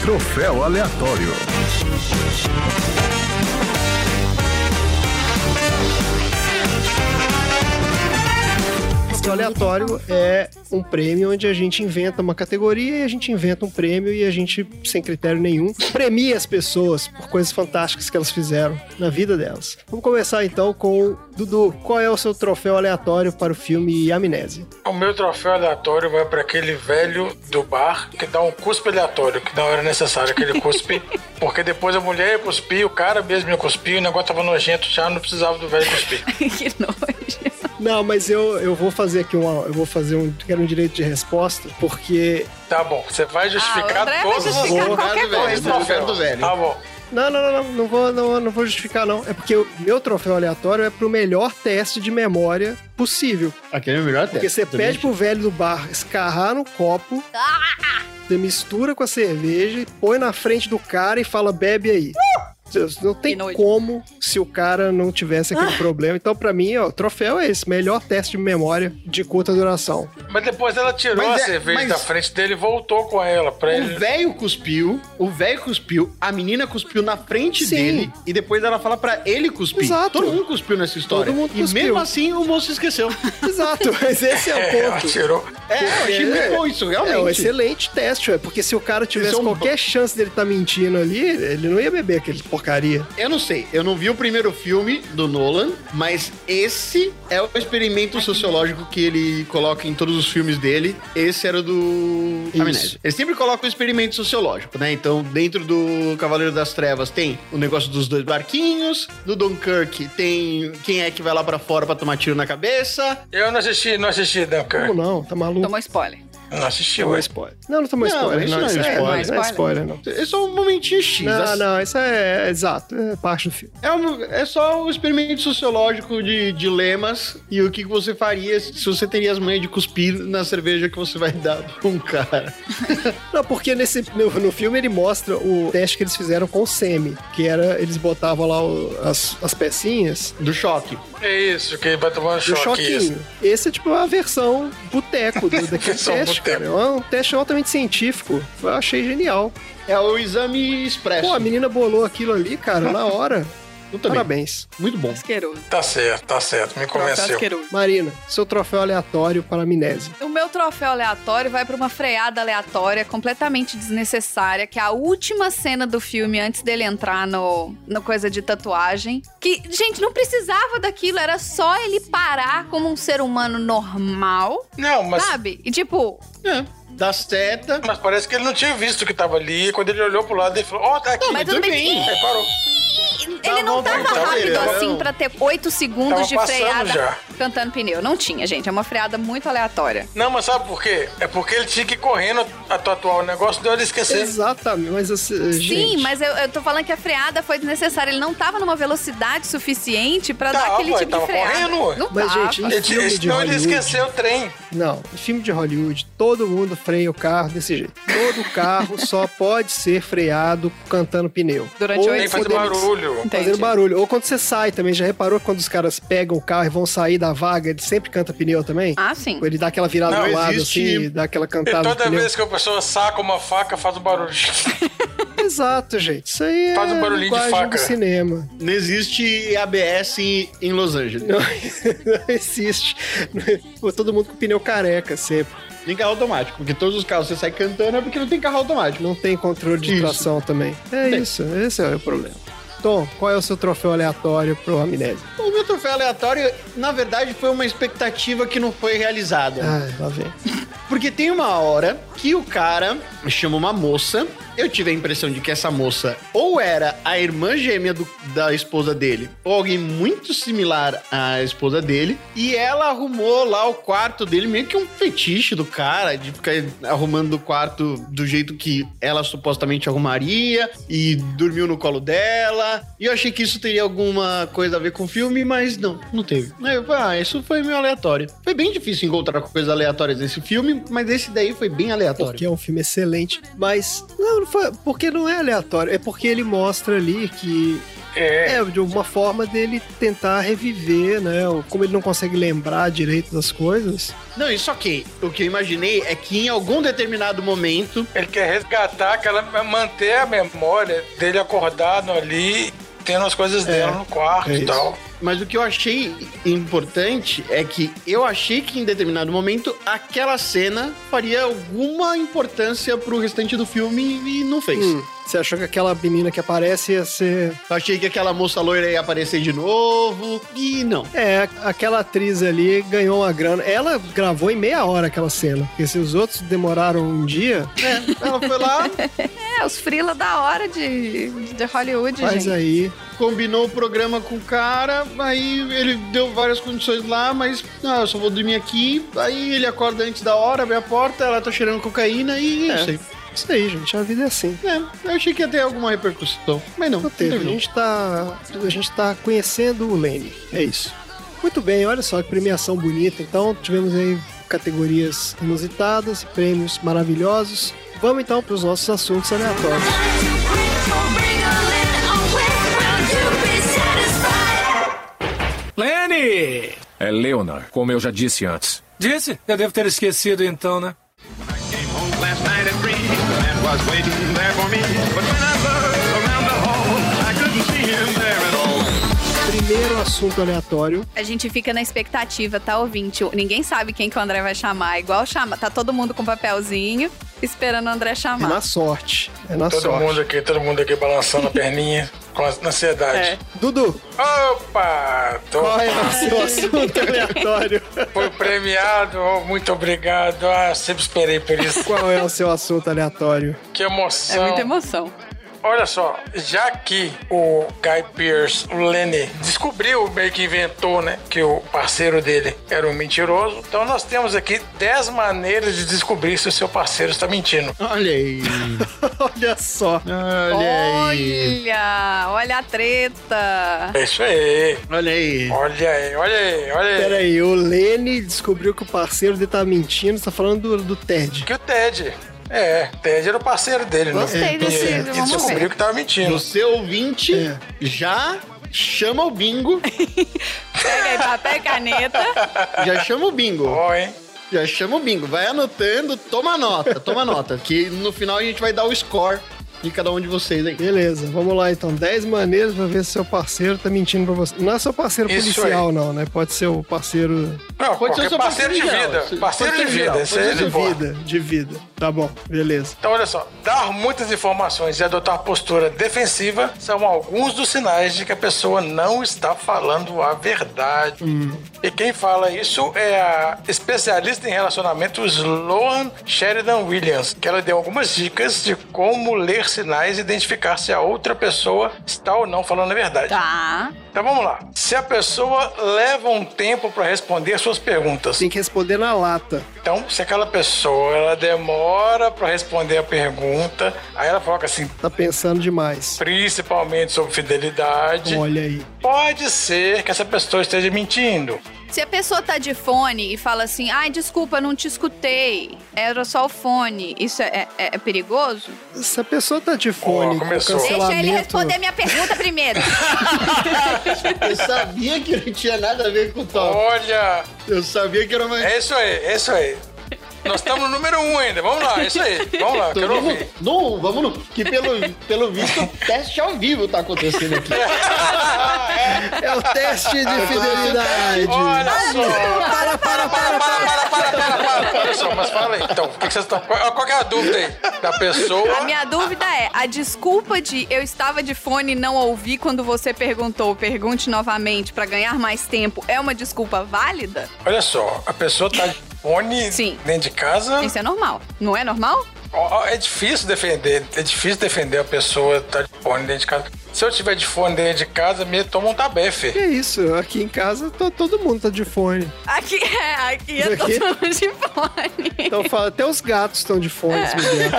E: Troféu aleatório.
C: O aleatório é um prêmio onde a gente inventa uma categoria e a gente inventa um prêmio e a gente, sem critério nenhum, premia as pessoas por coisas fantásticas que elas fizeram na vida delas. Vamos começar então com o Dudu. Qual é o seu troféu aleatório para o filme Amnésia?
D: o meu troféu aleatório vai pra aquele velho do bar que dá um cuspe aleatório, que não era necessário aquele cuspe. porque depois a mulher ia cuspir, o cara mesmo ia cuspir, o negócio tava nojento já, não precisava do velho cuspir.
B: que nojo.
C: Não, mas eu, eu vou fazer aqui uma. Eu vou fazer um. Quero um direito de resposta, porque.
D: Tá bom, você vai
B: Ah, o
D: justificar
B: André vai
D: todos os
B: justificar
A: Vou- Obrigado,
B: qualquer
D: Esse
B: coisa.
A: velho.
D: troféu.
A: Do velho.
D: Tá bom.
C: Não, não, não, não, não vou, não, não vou justificar, não. É porque o meu troféu aleatório é pro melhor teste de memória possível.
A: Aquele é o melhor até.
C: Porque você pede pro velho do bar escarrar no copo, você mistura com a cerveja, e põe na frente do cara e fala, bebe aí. Deus, Não tem
B: Que nojo.
C: como se o cara não tivesse aquele problema. Então, pra mim, ó, o troféu é esse: melhor teste de memória de curta duração.
D: Mas depois ela tirou
A: Mas
D: a
A: é-
D: cerveja
A: mas-
D: da frente dele e voltou com ela pra
A: O
D: ele.
A: velho cuspiu, o velho cuspiu, a menina cuspiu na frente
C: Sim.
A: dele e depois ela fala pra ele cuspir.
C: Exato.
A: Todo mundo cuspiu nessa história.
C: Todo mundo
A: e
C: cuspiu.
A: mesmo assim o moço esqueceu.
C: Exato, mas esse é o
D: É, ela
C: ponto.
D: tirou.
A: É, eu achei muito bom isso, realmente.
C: É um excelente teste, ué, porque se o cara tivesse
A: Isso é um
C: qualquer chance dele tá mentindo ali, ele não ia beber aquele porcaria.
A: Eu não sei, eu não vi o primeiro filme do Nolan, mas esse é o experimento sociológico que ele coloca em todos os filmes dele. Esse era o do
C: Isso.
A: Amnésia. Ele sempre coloca o experimento sociológico, né? Então, dentro do Cavaleiro das Trevas tem o negócio dos dois barquinhos, no Dunkirk tem quem é que vai lá pra fora pra tomar tiro na cabeça.
D: Eu não assisti, não assisti, não, cara.
C: Como não? Tá
D: Hum.
C: maluco?
B: Tomou spoiler.
D: Não assisti,
C: Tomou
D: ué.
C: spoiler. Não, não tomou
A: Não,
C: spoiler.
A: isso não é
C: isso
A: spoiler.
C: não é
B: Não é
C: spoiler, não.
A: É só um momentinho X.
C: Não,
A: assim.
C: não, isso é, é exato, é parte do filme.
A: É, um- é só um experimento sociológico de dilemas e o que que você faria se você teria as manhas de cuspir na cerveja que você vai dar pra um cara.
C: Não, porque nesse, no, no filme ele mostra o teste que eles fizeram com o Semi, que era, eles botavam lá o- as, as pecinhas
A: Do choque.
D: É isso, que vai tomar um
C: e o
D: choque. isso.
C: choquinho. Esse é tipo a versão boteco do- daquele
D: Versão
C: teste,
D: boteco.
C: cara. É um teste altamente científico, eu achei genial.
A: É o exame
D: É.
A: expresso.
C: Pô, a menina bolou aquilo ali, cara, na hora.
A: Puta bem.
C: Parabéns.
A: Muito bom.
B: Asqueroso.
D: Tá certo, tá certo. Me
B: Troféu
D: convenceu.
B: asqueroso.
C: Marina, seu troféu aleatório para a amnésia.
B: O meu troféu aleatório vai pra uma freada aleatória completamente desnecessária, que é a última cena do filme antes dele entrar no, no coisa de tatuagem. Que, gente, não precisava daquilo, era só ele parar como um ser humano normal,
D: Não, mas,
B: sabe? E tipo,
A: É. Da seta.
D: mas parece que ele não tinha visto que tava ali. Quando ele olhou pro lado, ele falou: Ó, tá aqui.
B: mas
A: tudo
B: tudo bem.
A: bem.
D: Aí parou.
B: ele não
A: bom,
B: tava
A: então,
B: rápido
A: ele-
B: assim pra ter oito
D: um Tava
B: segundos de
D: passando
B: freada.
D: já.
B: cantando pneu. Não tinha, gente. É uma freada muito aleatória.
D: Não, mas sabe por quê? É porque ele tinha que ir correndo a tatuar o negócio, deu ele esquecer.
C: Exatamente, mas assim,
B: Sim,
C: gente,
B: mas eu, eu tô falando que a freada foi desnecessária. Ele não tava numa velocidade suficiente pra dar
D: Tava,
B: aquele
D: ué,
B: tipo de
D: tava
B: freada.
D: correndo, ué.
B: não
C: Mas,
B: tava.
C: gente,
D: Ele,
C: Em filme
D: ele-
C: de
D: senão ele
C: Hollywood.
D: esqueceu o trem.
C: Não, em filme de Hollywood, todo mundo freia o carro desse jeito. Todo carro só pode ser freado cantando pneu.
B: Durante
C: Ou
B: oito
D: Tem que fazer
C: quando eles-
D: barulho.
B: Entendi.
C: Fazendo barulho. Ou quando você sai também, já reparou que quando os caras pegam o carro e vão sair da vaga, ele sempre canta pneu também?
B: Ah, sim.
C: Ele dá aquela virada
D: Não,
C: ao lado,
A: existe-
C: assim, dá aquela
D: E
C: cantada. de
D: toda
C: pneu.
D: vez que a pessoa saca uma faca, faz um barulho.
C: Exato, gente. Isso aí
D: Faz um
C: é
D: barulhinho de
C: linguagem do
D: faca.
C: cinema.
A: Não existe ABS em, em Los Angeles.
C: Não, não existe. Pô, Todo mundo com pneu careca sempre.
A: Tem carro automático, porque todos os carros que você sai cantando é porque não tem carro automático.
C: Não tem controle de
A: Isso.
C: tração também. É
A: Tem.
C: isso, esse é o problema. Tom, qual é o seu troféu aleatório pro Amnésia?
A: O meu troféu aleatório, na verdade, foi uma expectativa que não foi realizada.
C: Ah, lá vem.
A: Porque tem uma hora que o cara chama uma moça. Eu tive a impressão de que essa moça ou era a irmã gêmea do- da esposa dele, ou alguém muito similar à esposa dele. E ela arrumou lá o quarto dele, meio que um fetiche do cara, de ficar é, arrumando o quarto do jeito que ela supostamente arrumaria, e dormiu no colo dela. E eu achei que isso teria alguma coisa a ver com o filme, mas não, não teve. Aí eu falei, ah, isso foi meio aleatório. Foi bem difícil encontrar coisas aleatórias nesse filme, mas esse daí foi bem aleatório.
C: Porque é um filme excelente. Mas, não, não foi, porque não é aleatório. É porque ele mostra ali que
D: É,
C: É, de uma forma dele tentar reviver, né? o- Como ele não consegue lembrar direito das coisas.
A: Não, isso ok. O que eu imaginei é que em algum determinado momento.
D: ele quer resgatar aquela. manter a memória dele acordado ali, tendo as coisas dela no quarto
C: é
D: e
C: isso.
D: tal.
A: Mas o que eu achei importante é que eu achei que em determinado momento aquela cena faria alguma importância pro restante do filme e não fez.
C: Você achou que aquela menina que aparece ia ser.
A: Eu achei que aquela moça loira ia aparecer de novo e não.
C: É, aquela atriz ali ganhou uma grana. Ela gravou em meia hora aquela cena. Porque se os outros demoraram um dia,
A: É, ela foi lá,
B: É, os frila da hora de, de Hollywood,
C: faz
B: gente.
C: aí.
A: combinou o programa com o cara, aí ele deu várias condições lá, mas ah, eu só vou dormir aqui. Aí ele acorda antes da hora, abre a porta, ela tá cheirando cocaína e é.
C: É.
A: isso aí.
C: Isso aí, gente. A vida é assim.
A: É, eu achei que ia ter alguma repercussão, mas não.
C: Não teve. A gente tá. A gente tá conhecendo o Leme. É isso. Muito bem, olha só que premiação bonita. Então, tivemos aí categorias inusitadas, prêmios maravilhosos. Vamos então para os nossos assuntos aleatórios.
F: Lenny!
G: É Leonard, como eu já disse antes.
F: Disse? Eu devo ter esquecido então, né?
C: Primeiro assunto aleatório.
B: A gente fica na expectativa, tá, ouvinte? Ninguém sabe quem que o André vai chamar. Igual chama. Tá todo mundo com papelzinho, esperando o André
C: É
B: chamar.
C: na sorte. É na
D: Todo
C: sorte.
D: mundo aqui, todo mundo aqui balançando a perninha com a- na
B: É.
D: ansiedade.
C: Dudu,
D: Opa! Tô,
C: qual é o seu assunto aleatório?
D: Fui premiado, oh, muito obrigado. Ah, sempre esperei por isso.
C: Qual é o seu assunto aleatório?
D: Que
B: É
D: emoção.
B: muita emoção.
D: Olha só, já que o Guy Pearce, o Lenny, descobriu, meio que inventou, né? Que o parceiro dele era um mentiroso. Então nós temos aqui 10 maneiras de descobrir se o seu parceiro está mentindo.
A: Olha aí.
C: Olha só.
A: É. Olha aí.
B: Olha! Olha a treta!
D: É isso aí.
A: Olha aí.
D: Olha aí, olha aí, olha aí.
C: Pera aí, o Lene descobriu que o parceiro dele tá mentindo, você tá falando do, do Ted.
D: Que o Ted. É, Ted era o parceiro dele, né?
B: Gostei
D: E-
B: desse-
D: E
B: vamos
D: descobriu
B: ver.
D: que tava mentindo.
A: Você ouvinte
C: É.
A: já chama o bingo.
B: Pega aí papel e
C: Tá.
B: caneta.
A: Já chama o bingo.
D: Ó, hein?
A: Já chama o bingo. Vai anotando, toma nota, toma nota. Que no final a gente vai dar o score de cada um de vocês aí.
C: Beleza, vamos lá então. 10 maneiras pra ver se seu parceiro tá mentindo pra você. Não é seu parceiro
D: Isso
C: policial, não, né? Pode ser o parceiro
D: Não,
A: Pode ser
D: qualquer
A: seu
D: parceiro,
A: parceiro
D: de
A: em geral.
D: vida.
A: Pode
D: Parceiro
A: ser
D: de
A: em geral,
D: vida. Esse aí
A: pode
D: é
A: ser
D: de
C: de
D: boa.
C: vida, de vida. Tá bom, beleza.
D: Então, olha só, dar muitas informações e adotar postura defensiva são alguns dos sinais de que a pessoa não está falando a verdade. E quem fala isso é a especialista em relacionamentos Loan Sheridan Williams, que ela deu algumas dicas de como ler sinais e identificar se a outra pessoa está ou não falando a verdade.
B: Tá.
D: Então vamos lá. Se a pessoa leva um tempo para responder suas perguntas,
C: Tem que responder na lata.
D: então se aquela pessoa ela demora para responder a pergunta, aí ela coloca assim,
C: Tá pensando demais.
D: principalmente sobre fidelidade,
C: Olha aí.
D: pode ser que essa pessoa esteja mentindo.
B: Se a pessoa tá de fone e fala assim, ai, desculpa, não te escutei, era só o fone, isso é, é- é perigoso?
C: Se a pessoa tá de fone, com
D: começou. Deixa
B: Deixa ele
C: cancelamento,
B: responder minha pergunta primeiro.
A: Eu sabia que não tinha nada a ver com o Tom.
D: Olha,
A: Eu sabia que era uma.
D: é isso aí, é isso aí. Nós estamos no número um ainda, vamos lá, é isso aí, vamos lá, quero
A: Então, vamos,
D: ouvir.
A: no, vamos no. Que pelo, pelo visto, o teste ao vivo tá acontecendo aqui.
C: é o teste de fidelidade.
D: Olha
B: Ah,
D: só! Para, para, para, para, para, para, para, para, para. só, mas fala aí, então, o que que vocês estão. Qual qual que é a dúvida aí? Da pessoa.
B: A minha dúvida é, a desculpa de eu estava de fone e não ouvi quando você perguntou, pergunte novamente pra ganhar mais tempo, é uma desculpa válida?
D: Olha só, a pessoa tá de fone
B: Sim.
D: dentro de casa.
B: Isso é normal, não é normal?
D: Ó, ó, É difícil defender, é difícil defender a pessoa tá de fone dentro de casa. Se eu tiver de fone dentro de casa, me toma um tabefe.
C: Que isso, aqui em casa to- todo mundo tá de fone.
B: Aqui é, aqui eu tô
C: Aqui?
B: falando de fone.
C: Então fala, até os gatos estão de fone.
B: É.
C: se bobear.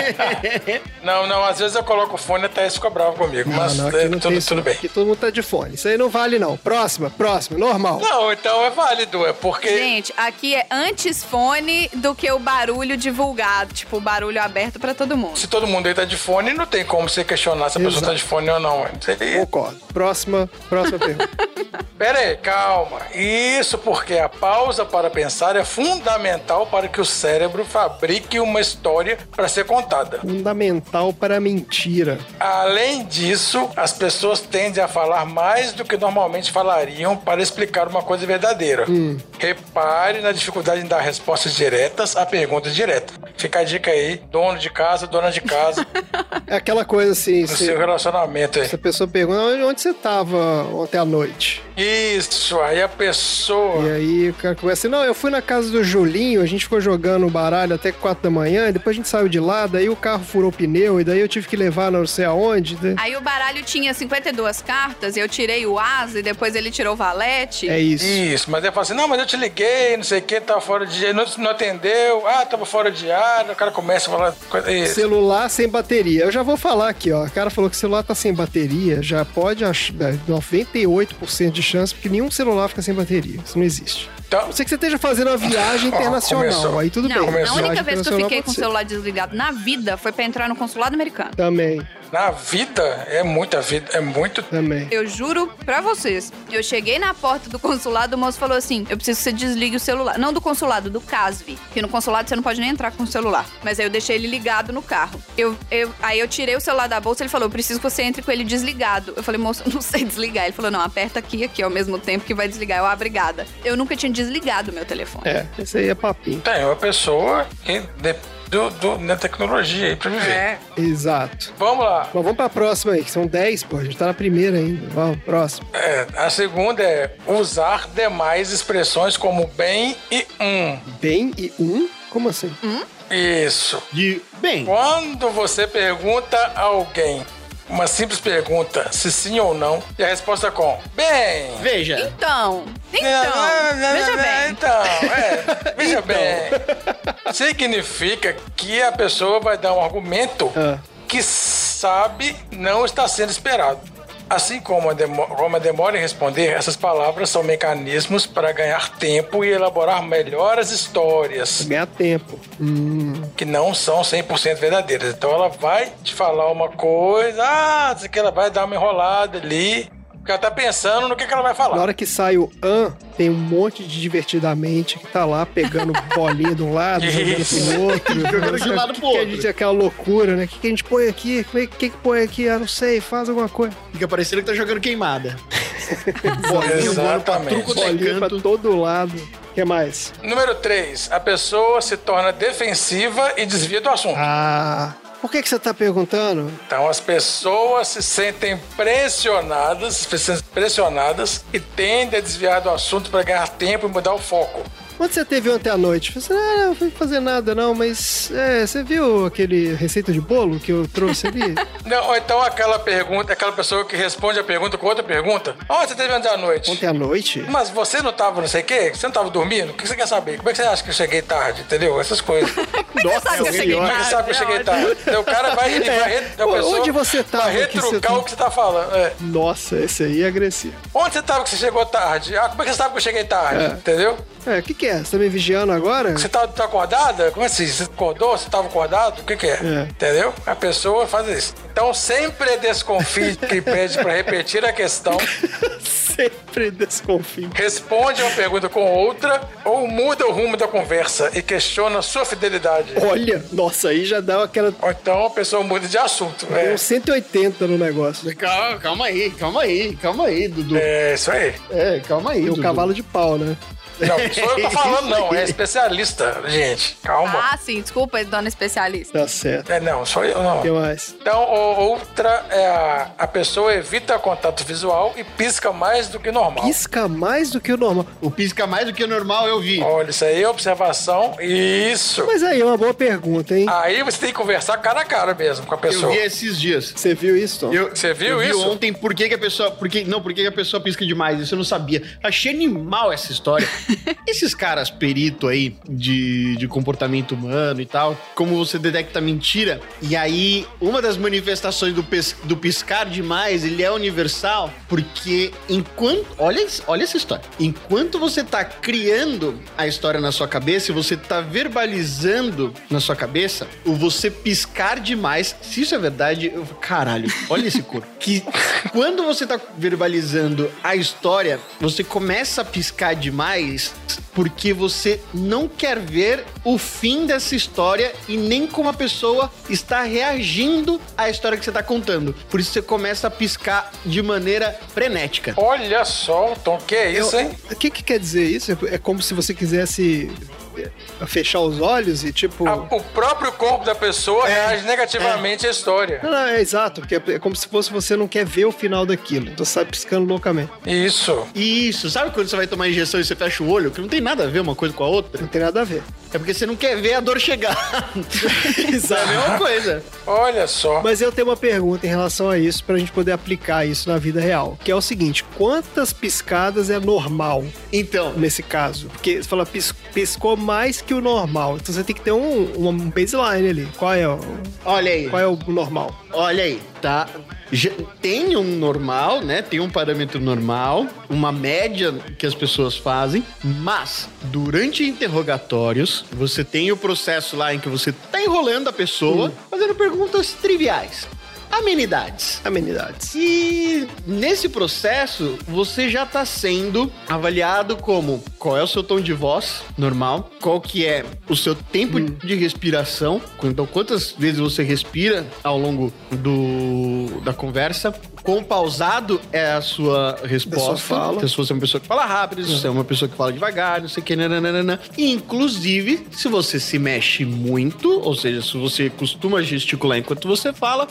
D: Não, não, às vezes eu coloco o fone e a Thaís fica brava comigo, mas
C: não, aqui
D: é,
C: não tem
D: tudo,
C: isso,
D: tudo
C: não.
D: bem.
C: Aqui todo mundo tá de fone. Isso aí não vale, não. Próxima, próxima, normal.
D: Não, então é válido, é porque.
B: Gente, aqui é antes fone do que o barulho divulgado, tipo, o barulho aberto pra todo mundo.
D: Se todo mundo aí tá de fone, não tem como você questionar se a pessoa
C: Exato.
D: tá de fone ou não. Isso aí-
C: Concordo. Próxima, próxima pergunta.
D: Pera aí, calma. Isso porque a pausa para pensar é fundamental para que o cérebro fabrique uma história para ser contada.
C: Fundamental para a mentira.
D: Além disso, as pessoas tendem a falar mais do que normalmente falariam para explicar uma coisa verdadeira. Repare na dificuldade em dar respostas diretas a perguntas diretas. Fica a dica aí, dono de casa, dona de casa,
C: É aquela coisa assim,
D: no
C: se,
D: seu relacionamento aí.
C: se a pessoa pergunta "Onde- onde você tava ontem à noite?
D: Isso, aí a
C: E
D: pessoa.
C: aí o cara começa assim, não, eu fui na casa do Julinho, a gente ficou jogando baralho até 4 da manhã, e depois a gente saiu de lá, daí o carro furou o pneu, e daí eu tive que levar não sei aonde. né?
B: Aí o baralho tinha 52 cartas, eu tirei o as e depois ele tirou o valete.
C: É isso.
D: Isso, mas aí fala assim: não, mas eu te liguei, não sei o que, tava fora de. Não, não atendeu, ah, tava fora de ar. O cara começa a falar. coisa- Isso.
C: Celular sem bateria. Eu já vou falar aqui, ó. O cara falou que o celular tá sem bateria, já pode ach- é, dá 98% de chance, porque nenhum celular fica sem bateria. Isso não existe. A
D: Então,
C: não ser que você esteja fazendo uma viagem
D: Ah,
C: internacional.
D: começou.
C: aí tudo
B: Não,
C: bem.
B: a
D: Começou.
B: única vez
C: Viagem
B: que eu
C: internacional
B: fiquei com o
C: pode ser.
B: celular desligado na vida foi pra entrar no consulado americano.
C: Também,
D: na vida, é muita vida, é muito
C: também.
B: Eu juro pra vocês, eu cheguei na porta do consulado, o moço falou assim: eu preciso que você desligue o celular. Não do consulado, do CASV. Que no consulado você não pode nem entrar com o celular. Mas aí eu deixei ele ligado no carro. Eu, eu- aí eu tirei o celular da bolsa, ele falou: eu preciso que você entre com ele desligado. Eu falei, moço, eu não sei desligar. Ele falou: não, aperta aqui e aqui ao mesmo tempo que vai desligar. Eu, ah, obrigada. Eu nunca tinha desligado o meu telefone.
C: É, esse aí é papinho.
D: Tem Tá, uma pessoa que depende do, do- da tecnologia aí pra viver.
C: Exato.
D: Vamos lá.
C: Mas vamos pra próxima aí, que são 10, pô. A gente tá na primeira ainda. Vamos, próximo.
D: É, a segunda é usar demais expressões como bem e um.
C: Bem e um? Como assim?
D: Isso.
A: De. Bem,
D: Quando você pergunta a alguém uma simples pergunta, se sim ou não, e a resposta é com bem.
A: veja.
B: Então,
D: Não,
B: então,
D: não, não,
B: veja
D: não,
B: bem. Então.
D: Então, é, veja bem. Significa que a pessoa vai dar um argumento
C: Ah.
D: que sabe não está sendo esperado. Assim como a, demo- como a demora em responder, essas palavras são mecanismos para ganhar tempo e elaborar melhores histórias
C: Ganhar tempo. Hum.
D: que não são 100% verdadeiras. Então ela vai te falar uma coisa, ah, que ela vai dar uma enrolada ali, porque ela tá pensando no que, que ela vai falar.
C: Na hora que sai o an, tem um monte de divertidamente que tá lá pegando bolinha de um lado, jogando
D: Isso.
C: pro outro.
A: Jogando de um lado
C: Que
A: pro
C: que a
A: outro.
C: gente- é aquela loucura, né? O que, que a gente põe aqui? O que, que que põe aqui? Ah, não sei, faz alguma coisa.
A: Fica parecendo que tá jogando queimada.
D: Exatamente.
A: Truco de
C: Bolinha pra
A: canto.
C: todo lado. O que mais?
D: Número 3. A pessoa se torna defensiva e desvia do assunto.
C: Ah, por que, que você tá perguntando?
D: Então as pessoas se sentem pressionadas, se sentem pressionadas e tendem a desviar do assunto para ganhar tempo e mudar o foco.
C: Onde você teve ontem à noite? Eu falei, assim, ah, não fui fazer nada não, mas é, você viu aquele receita de bolo que eu trouxe ali?
D: Não, ou então aquela pergunta, aquela pessoa que responde a pergunta com outra pergunta. Onde você teve ontem à noite?
C: ontem à noite?
D: Mas você não tava não sei o quê? Você não tava dormindo? O que você quer saber? Como é que você acha que eu cheguei tarde? Entendeu? Essas coisas.
B: Como é que você sabe que eu cheguei
D: Como é que
B: tarde?
D: você sabe que eu
B: É
D: cheguei tarde? Então, o cara vai, ele vai re- a
C: É. Onde
D: pessoa
C: você tava
D: Vai
C: que você
D: retrucar
C: tá-
D: o que você tá falando. é.
C: Nossa, esse aí é agressivo.
D: Onde você tava que você chegou tarde? Ah, como é que você sabe que eu cheguei tarde? Entendeu?
C: É, o que que é? Você tá me vigiando agora?
D: Você tá, tá acordada? Como assim? Você acordou? Você tava acordado? O que que é?
C: É.
D: Entendeu? A pessoa faz isso. Então sempre desconfie que pede pra repetir a questão,
C: Sempre desconfio.
D: responde uma pergunta com outra ou muda o rumo da conversa e questiona a sua fidelidade.
C: Olha, nossa, aí já dá aquela... um
D: Ou então a pessoa muda de assunto.
C: Deu
D: É,
C: 180 no negócio. né?
A: Calma, calma aí, calma aí, calma aí, Dudu. É,
D: é isso aí.
A: calma aí.
C: E o
A: Dudu.
C: cavalo de pau, né?
D: Não, sou eu que tô falando, não. É especialista, gente. Calma.
B: Ah, sim, desculpa, dona especialista.
C: Tá certo.
D: É, não, sou eu, não.
C: O que mais?
D: Então, o- outra é a, a pessoa evita contato visual e pisca mais do que normal.
C: Pisca mais do que o normal.
A: O pisca mais do que o normal eu vi.
D: Olha, isso aí é observação. Isso.
C: Mas aí é uma boa pergunta, hein?
D: Aí você tem que conversar cara a cara mesmo com a
A: Eu
D: pessoa.
A: vi esses dias.
C: Você viu isso, Tom?
A: Eu-
D: Você
A: eu
D: viu
A: vi
D: isso?
A: ontem por que, que a pessoa. Por que, não, por que, que a pessoa pisca demais? Isso eu não sabia. Achei animal essa história. Esses caras perito aí de, de comportamento humano e tal, como você detecta mentira. E aí, uma das manifestações do, pes- do piscar demais, ele é universal, porque enquanto. Olha, isso- olha essa história. Enquanto você tá criando a história na sua cabeça e você tá verbalizando na sua cabeça, o você piscar demais, se isso é verdade, eu caralho, olha esse corpo. Que quando você tá verbalizando a história, você começa a piscar demais porque você não quer ver o fim dessa história e nem como a pessoa está reagindo à história que você tá contando. Por isso você começa a piscar de maneira frenética.
D: Olha só, Tom, que é isso, hein?
C: O que, que quer dizer isso? É como se você quisesse é, fechar os olhos e tipo.
D: A- o próprio corpo da
A: É,
D: pessoa reage negativamente à história.
C: Não, não, é exato, porque é como se fosse você não quer ver o final daquilo. Então você tá piscando loucamente.
D: Isso.
A: Isso, sabe quando você vai tomar injeção e você fecha o olho? Que não tem nada a ver uma coisa com a outra.
C: Não tem nada a ver.
A: É porque você não quer ver a dor chegar. Isso é a mesma coisa.
D: Olha só.
C: Mas eu tenho uma pergunta em relação a isso pra gente poder aplicar isso na vida real. Que é o seguinte: quantas piscadas é normal
A: Então,
C: nesse caso? Porque você fala pis- piscou mais que o normal. Então você tem que ter um, um baseline ali. Qual é o,
A: olha aí.
C: qual é o normal?
A: Olha aí, tá? Já- tem um normal, né? Tem um parâmetro normal, uma média que as pessoas fazem, mas durante interrogatórios, você tem o processo lá em que você tá enrolando a pessoa,
C: Hum.
A: fazendo perguntas triviais, amenidades.
C: Amenidades.
A: E nesse processo, você já está sendo avaliado como qual é o seu tom de voz normal, qual que é o seu tempo de respiração, então quantas vezes você respira ao longo do, da conversa, quão pausado é a sua resposta,
C: fala.
A: se você é uma pessoa que fala rápido, se você é uma pessoa que fala devagar, não sei o que, nananana. E, Inclusive, se você se mexe muito, ou seja, se você costuma gesticular enquanto você fala,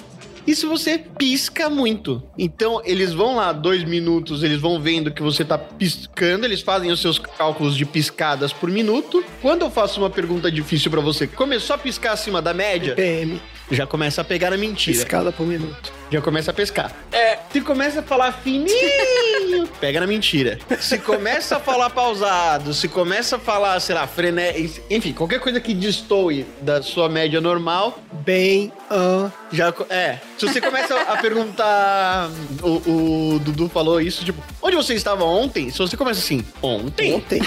A: e se você pisca muito. Então, eles vão lá dois minutos, eles vão vendo que você tá piscando, eles fazem os seus cálculos de piscadas por minuto. Quando eu faço uma pergunta difícil pra você, começou a piscar acima da média,
C: PM,
A: já começa a pegar a mentira,
C: piscada por minuto.
A: já começa a pescar.
D: É,
A: Se começa a falar fininho, pega na mentira. Se começa a falar pausado, se começa a falar, sei lá, frené, enfim, qualquer coisa que destoe da sua média normal,
C: Bem, ah,
A: já co- é. Se você começa a perguntar, o, o Dudu falou isso, tipo, onde você estava ontem? Se você começa assim, ontem?
C: ontem.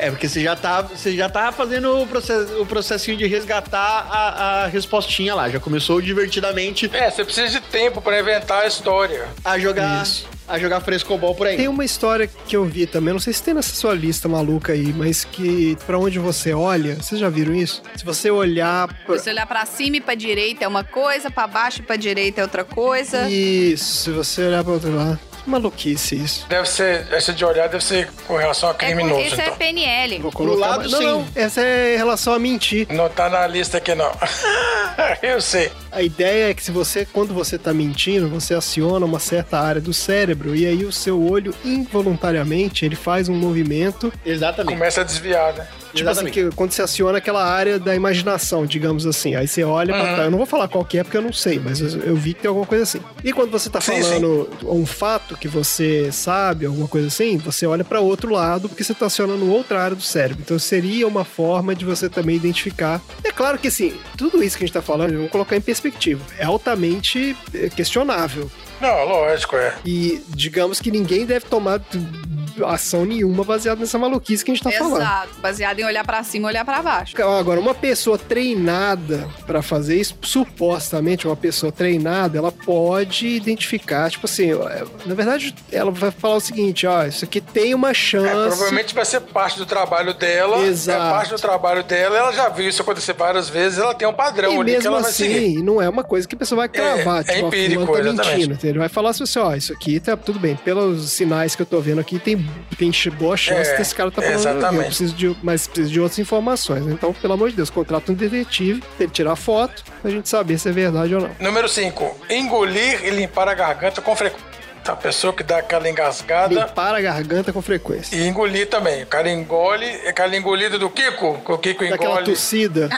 A: É porque você já tá, você já tá fazendo o, processo, o processinho de resgatar a, a respostinha lá, já começou divertidamente
D: é, você precisa de tempo pra inventar a história.
A: a jogar, a jogar frescobol por aí.
C: Tem uma história que eu vi também, não sei se tem nessa sua lista maluca aí, mas que pra onde você olha, vocês já viram isso? Se você olhar pra...
B: Se olhar pra cima e pra direita é uma coisa, pra baixo e pra direita é outra coisa.
C: Isso, se você olhar pra outro lado. Maluquice isso.
D: Deve ser, essa de olhar deve ser com relação a
B: É, com-
D: criminoso,
B: esse é
D: então.
B: PNL.
C: Vou colocar.
A: lado,
C: mas- não,
A: sim.
C: não. Essa é em relação a mentir.
D: Não tá na lista aqui, não. Eu sei.
C: A ideia é que se você, quando você tá mentindo, você aciona uma certa área do cérebro e aí o seu olho involuntariamente ele faz um movimento,
A: Exatamente.
D: Começa a desviar, né?
C: tipo assim,
A: Exatamente.
C: que quando você aciona aquela área da imaginação, digamos assim. Aí você olha pra trás. Eu não vou falar qual que é porque eu não sei, mas eu, eu vi que tem alguma coisa assim. E quando você tá
D: Sim,
C: falando um fato que você sabe, alguma coisa assim, você olha pra outro lado porque você tá acionando outra área do cérebro. Então seria uma forma de você também identificar. É claro que assim, tudo isso que a gente tá falando, vamos colocar em perspectiva. É altamente eh, questionável.
D: Não, lógico, é.
C: E digamos que ninguém deve tomar t- ação nenhuma baseada nessa maluquice que a gente tá falando.
B: Exato. Baseado em olhar pra cima e olhar pra baixo.
C: Agora, uma pessoa treinada pra fazer isso, supostamente uma pessoa treinada, ela pode identificar, tipo assim, eh, na verdade, ela vai falar o seguinte, ó, isso aqui tem uma
D: É,
C: chance.
D: provavelmente vai ser parte do trabalho dela.
C: Exato.
D: É parte do trabalho dela. Ela já viu isso acontecer várias vezes. Ela tem um padrão
C: e
D: ali que
C: mesmo
D: ela vai seguir.
C: assim, não é uma coisa que a pessoa vai cravar.
D: é
C: tipo, ó,
D: empírico,
C: fulano tá
D: exatamente.
C: mentindo. entendeu? Ele vai falar assim, assim, ó, isso aqui tá tudo bem. Pelos sinais que eu tô vendo aqui, tem, tem ch- boa chance
D: É,
C: desse cara tá falando.
D: exatamente.
C: Eu preciso de, mas preciso de outras informações. né? Então, pelo amor de Deus, contrata um detetive, ele tirar foto, pra gente saber se é verdade ou não.
D: Número 5. Engolir e limpar a garganta com frequência. A pessoa que dá aquela engasgada.
C: Limpar a garganta com frequência.
D: E engolir também. O cara engole. É aquela engolida do Kiko. que O Kiko
C: Daquela
D: engole.
C: tossida,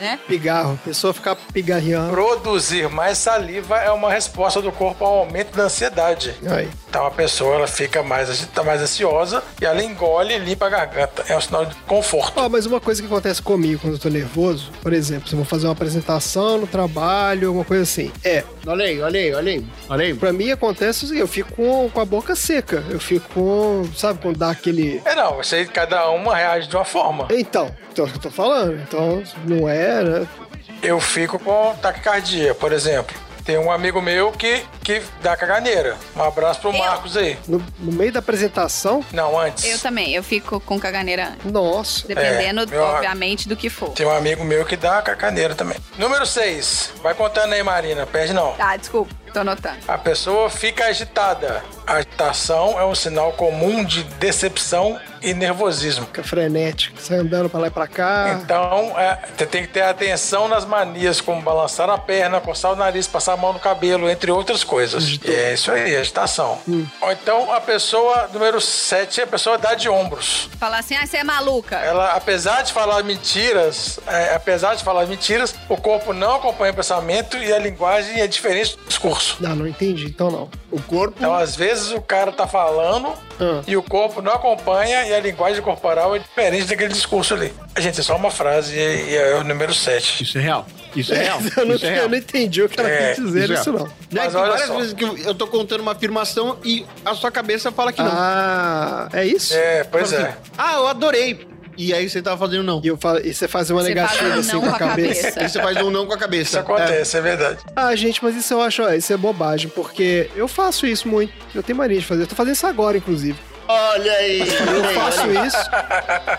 B: Né?
C: pigarro, a pessoa ficar pigarreando.
D: Produzir mais saliva é uma resposta do corpo ao aumento da ansiedade.
C: Aí.
D: Então a pessoa ela fica mais, agita- mais ansiosa e ela engole e limpa a garganta. É um sinal de conforto.
C: Ó, mas uma coisa que acontece comigo quando eu tô nervoso, por exemplo, se eu vou fazer uma apresentação no trabalho, alguma coisa assim, é,
A: Olha aí, olha aí, olha aí. Olha aí.
C: Pra mim acontece o seguinte, eu fico com, com a boca seca. Eu fico com. Sabe quando dá aquele.
D: É não, isso aí cada uma reage de uma forma.
C: Então, então eu tô falando. Então, não né? era.
D: Eu fico com taquicardia, por exemplo. Tem um amigo meu que, que dá caganeira. Um abraço pro
B: Eu?
D: Marcos aí.
C: No, no meio da apresentação,
D: Não, antes.
B: Eu também, eu fico com caganeira antes.
C: nossa.
B: Dependendo,
D: É, meu-
B: obviamente, do que for.
D: Tem um amigo meu que dá caganeira também. Número 6. Vai contando aí, Marina. Perde não.
B: Ah, desculpa, tô anotando.
D: A pessoa fica agitada. Agitação é um sinal comum de decepção e nervosismo.
C: Fica frenético. Sai andando pra lá e pra cá.
D: Então, é, você tem que ter atenção nas manias, como balançar a perna, coçar o nariz, passar a mão no cabelo, entre outras coisas. E é isso aí, agitação. Ou então, a pessoa, número 7, a pessoa dá de ombros.
B: Falar assim, ah, você é maluca.
D: Ela, apesar de falar mentiras, é, apesar de falar mentiras, o corpo não acompanha o pensamento e a linguagem é diferente do discurso.
C: Não, não entendi. Então não.
A: O corpo.
D: Então, às vezes, o cara tá falando
C: Ah.
D: e o corpo não acompanha e a linguagem corporal é diferente daquele discurso ali. Gente, é só uma frase e, e é o número 7.
A: Isso é real. Isso é real.
C: Eu não,
A: Isso é
C: eu
A: real.
C: não entendi o que ela
D: É,
C: quis dizer
A: isso é.
C: isso, não.
A: Não é
D: Mas
A: que
D: olha
A: várias
D: só.
A: vezes que eu eu tô contando uma afirmação e a sua cabeça fala que não.
C: Ah, é isso?
D: É, pois
A: Fala
D: é.
A: assim, Ah, eu adorei. E aí você tava fazendo não.
C: E, eu falo, e você faz uma
B: Você
C: negativa
B: fala um
C: assim
B: não
C: com a cabeça.
A: Aí você faz um não com a cabeça.
D: Isso acontece, é, verdade.
C: Ah, gente, mas isso eu acho, ó, isso é bobagem, porque eu faço isso muito. Eu tenho mania de fazer. Eu tô fazendo isso agora, inclusive.
A: É. Olha aí.
C: Eu
A: olha aí,
C: faço
A: olha aí.
C: isso.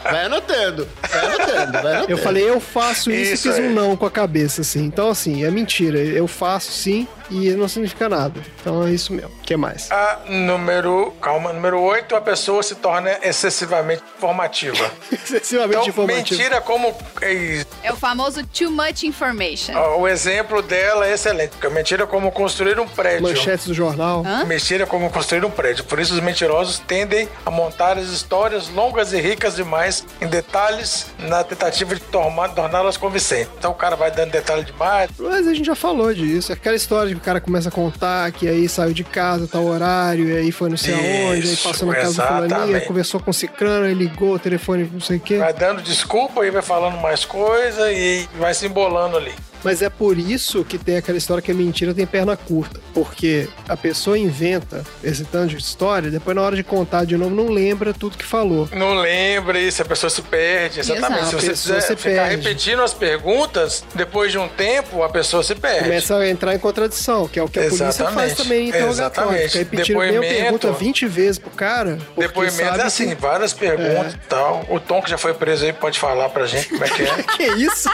A: Vai anotando. Vai anotando. Vai anotando.
C: Eu falei, eu faço isso,
D: Isso
C: e fiz
D: aí.
C: um não com a cabeça, assim. Então, assim, é mentira. Eu faço sim e não significa nada. Então é isso mesmo. O que mais?
D: A número. Calma, número 8, a pessoa se torna excessivamente informativa.
C: Excessivamente
D: Então,
C: informativo.
D: mentira como. é,
B: É o famoso too much information.
D: ó, O exemplo dela é excelente. porque Mentira como construir um prédio.
C: Manchetes do jornal.
B: Hã?
D: Mentira como construir um prédio. Por isso, os mentirosos tendem a montar as histórias longas e ricas demais em detalhes na tentativa de torma- torná-las convincentes. Então, o cara vai dando detalhe demais.
C: Mas a gente já falou disso. Aquela história de que o cara começa a contar que aí saiu de casa, tal horário, e aí foi não sei aonde, aí
D: Isso,
C: passou na casa do fulaninho,
D: exatamente.
C: conversou com o Cicrano, aí ligou o telefone, não sei o quê.
D: Vai dando desculpa e vai falando mais coisa e vai se embolando ali.
C: Mas é por isso que tem aquela história que a mentira tem perna curta. Porque a pessoa inventa esse tanto de história, depois na hora de contar de novo, não lembra tudo que falou.
D: Não lembra isso, a pessoa se perde. Exatamente.
B: Exato.
D: Se
C: A
D: você
C: pessoa
D: fizer,
C: se
D: ficar
C: perde.
D: repetindo as perguntas, depois de um tempo, a pessoa se perde.
C: Começa a entrar em contradição, que é o que a polícia faz
D: É, Exatamente.
C: também em interrogatório.
D: Exatamente.
C: Fica repetindo a mesma
D: Depoimento.
C: pergunta 20 vezes pro cara. porque
D: Depoimento
C: sabe É.
D: é assim, várias perguntas e tal. O Tom que já foi preso aí pode falar pra gente como é que é.
C: Que, que isso?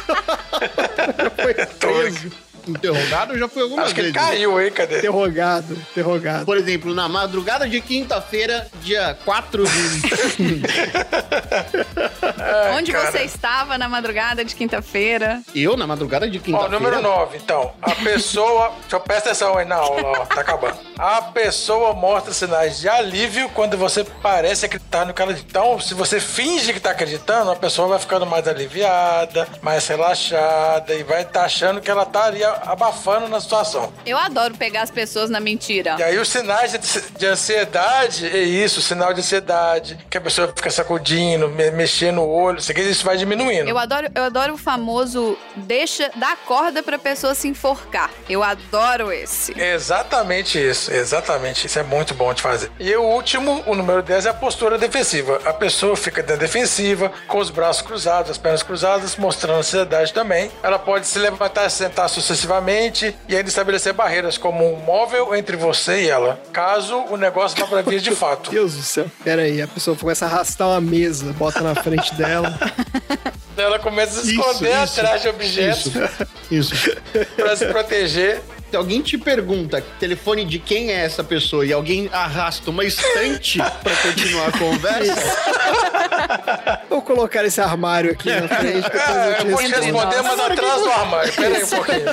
C: Foi
D: Tô
C: preso. é
D: brincando.
A: Interrogado eu já fui algumas
D: Acho que ele
A: vezes.
D: caiu, hein? Cadê?
C: Interrogado, interrogado.
A: Por exemplo, na madrugada de quinta-feira, dia 4 de.
B: Onde
D: É, cara.
B: você estava na madrugada de quinta-feira?
A: eu, na madrugada de
D: Ó,
A: quinta-feira.
D: número 9, então. A pessoa. Só presta atenção aí na aula, ó. Tá acabando. A pessoa mostra sinais de alívio quando você parece acreditar no que ela diz. Então, se você finge que tá acreditando, a pessoa vai ficando mais aliviada, mais relaxada e vai tá achando que ela tá ali abafando na situação.
B: Eu adoro pegar as pessoas na mentira.
D: E aí os sinais de, de ansiedade é isso, sinal de ansiedade, que a pessoa fica sacudindo, me- mexendo o olho, isso, aqui, isso vai diminuindo.
B: Eu adoro, eu adoro o famoso deixa dá corda pra pessoa se enforcar. Eu adoro esse.
D: Exatamente isso, exatamente. Isso é muito bom de fazer. E o último, o número 10, é a postura defensiva. A pessoa fica na defensiva, com os braços cruzados, as pernas cruzadas, mostrando ansiedade também. Ela pode se levantar e sentar sucessivamente e ainda estabelecer barreiras como um móvel entre você e ela, caso o negócio vá para via de fato.
C: Deus do céu. Pera aí, a pessoa começa a arrastar uma mesa, bota na frente dela.
D: Ela começa a se
A: Isso,
D: esconder
A: isso,
D: atrás de objetos
A: Isso.
D: para se proteger.
A: Se alguém te pergunta telefone de quem é essa pessoa e alguém arrasta uma estante pra continuar a conversa,
C: Vou colocar esse armário aqui na frente, depois
D: Ah,
C: eu te
D: eu vou te
C: respondo.
D: responder, mas atrás do armário. Pera aí um pouquinho.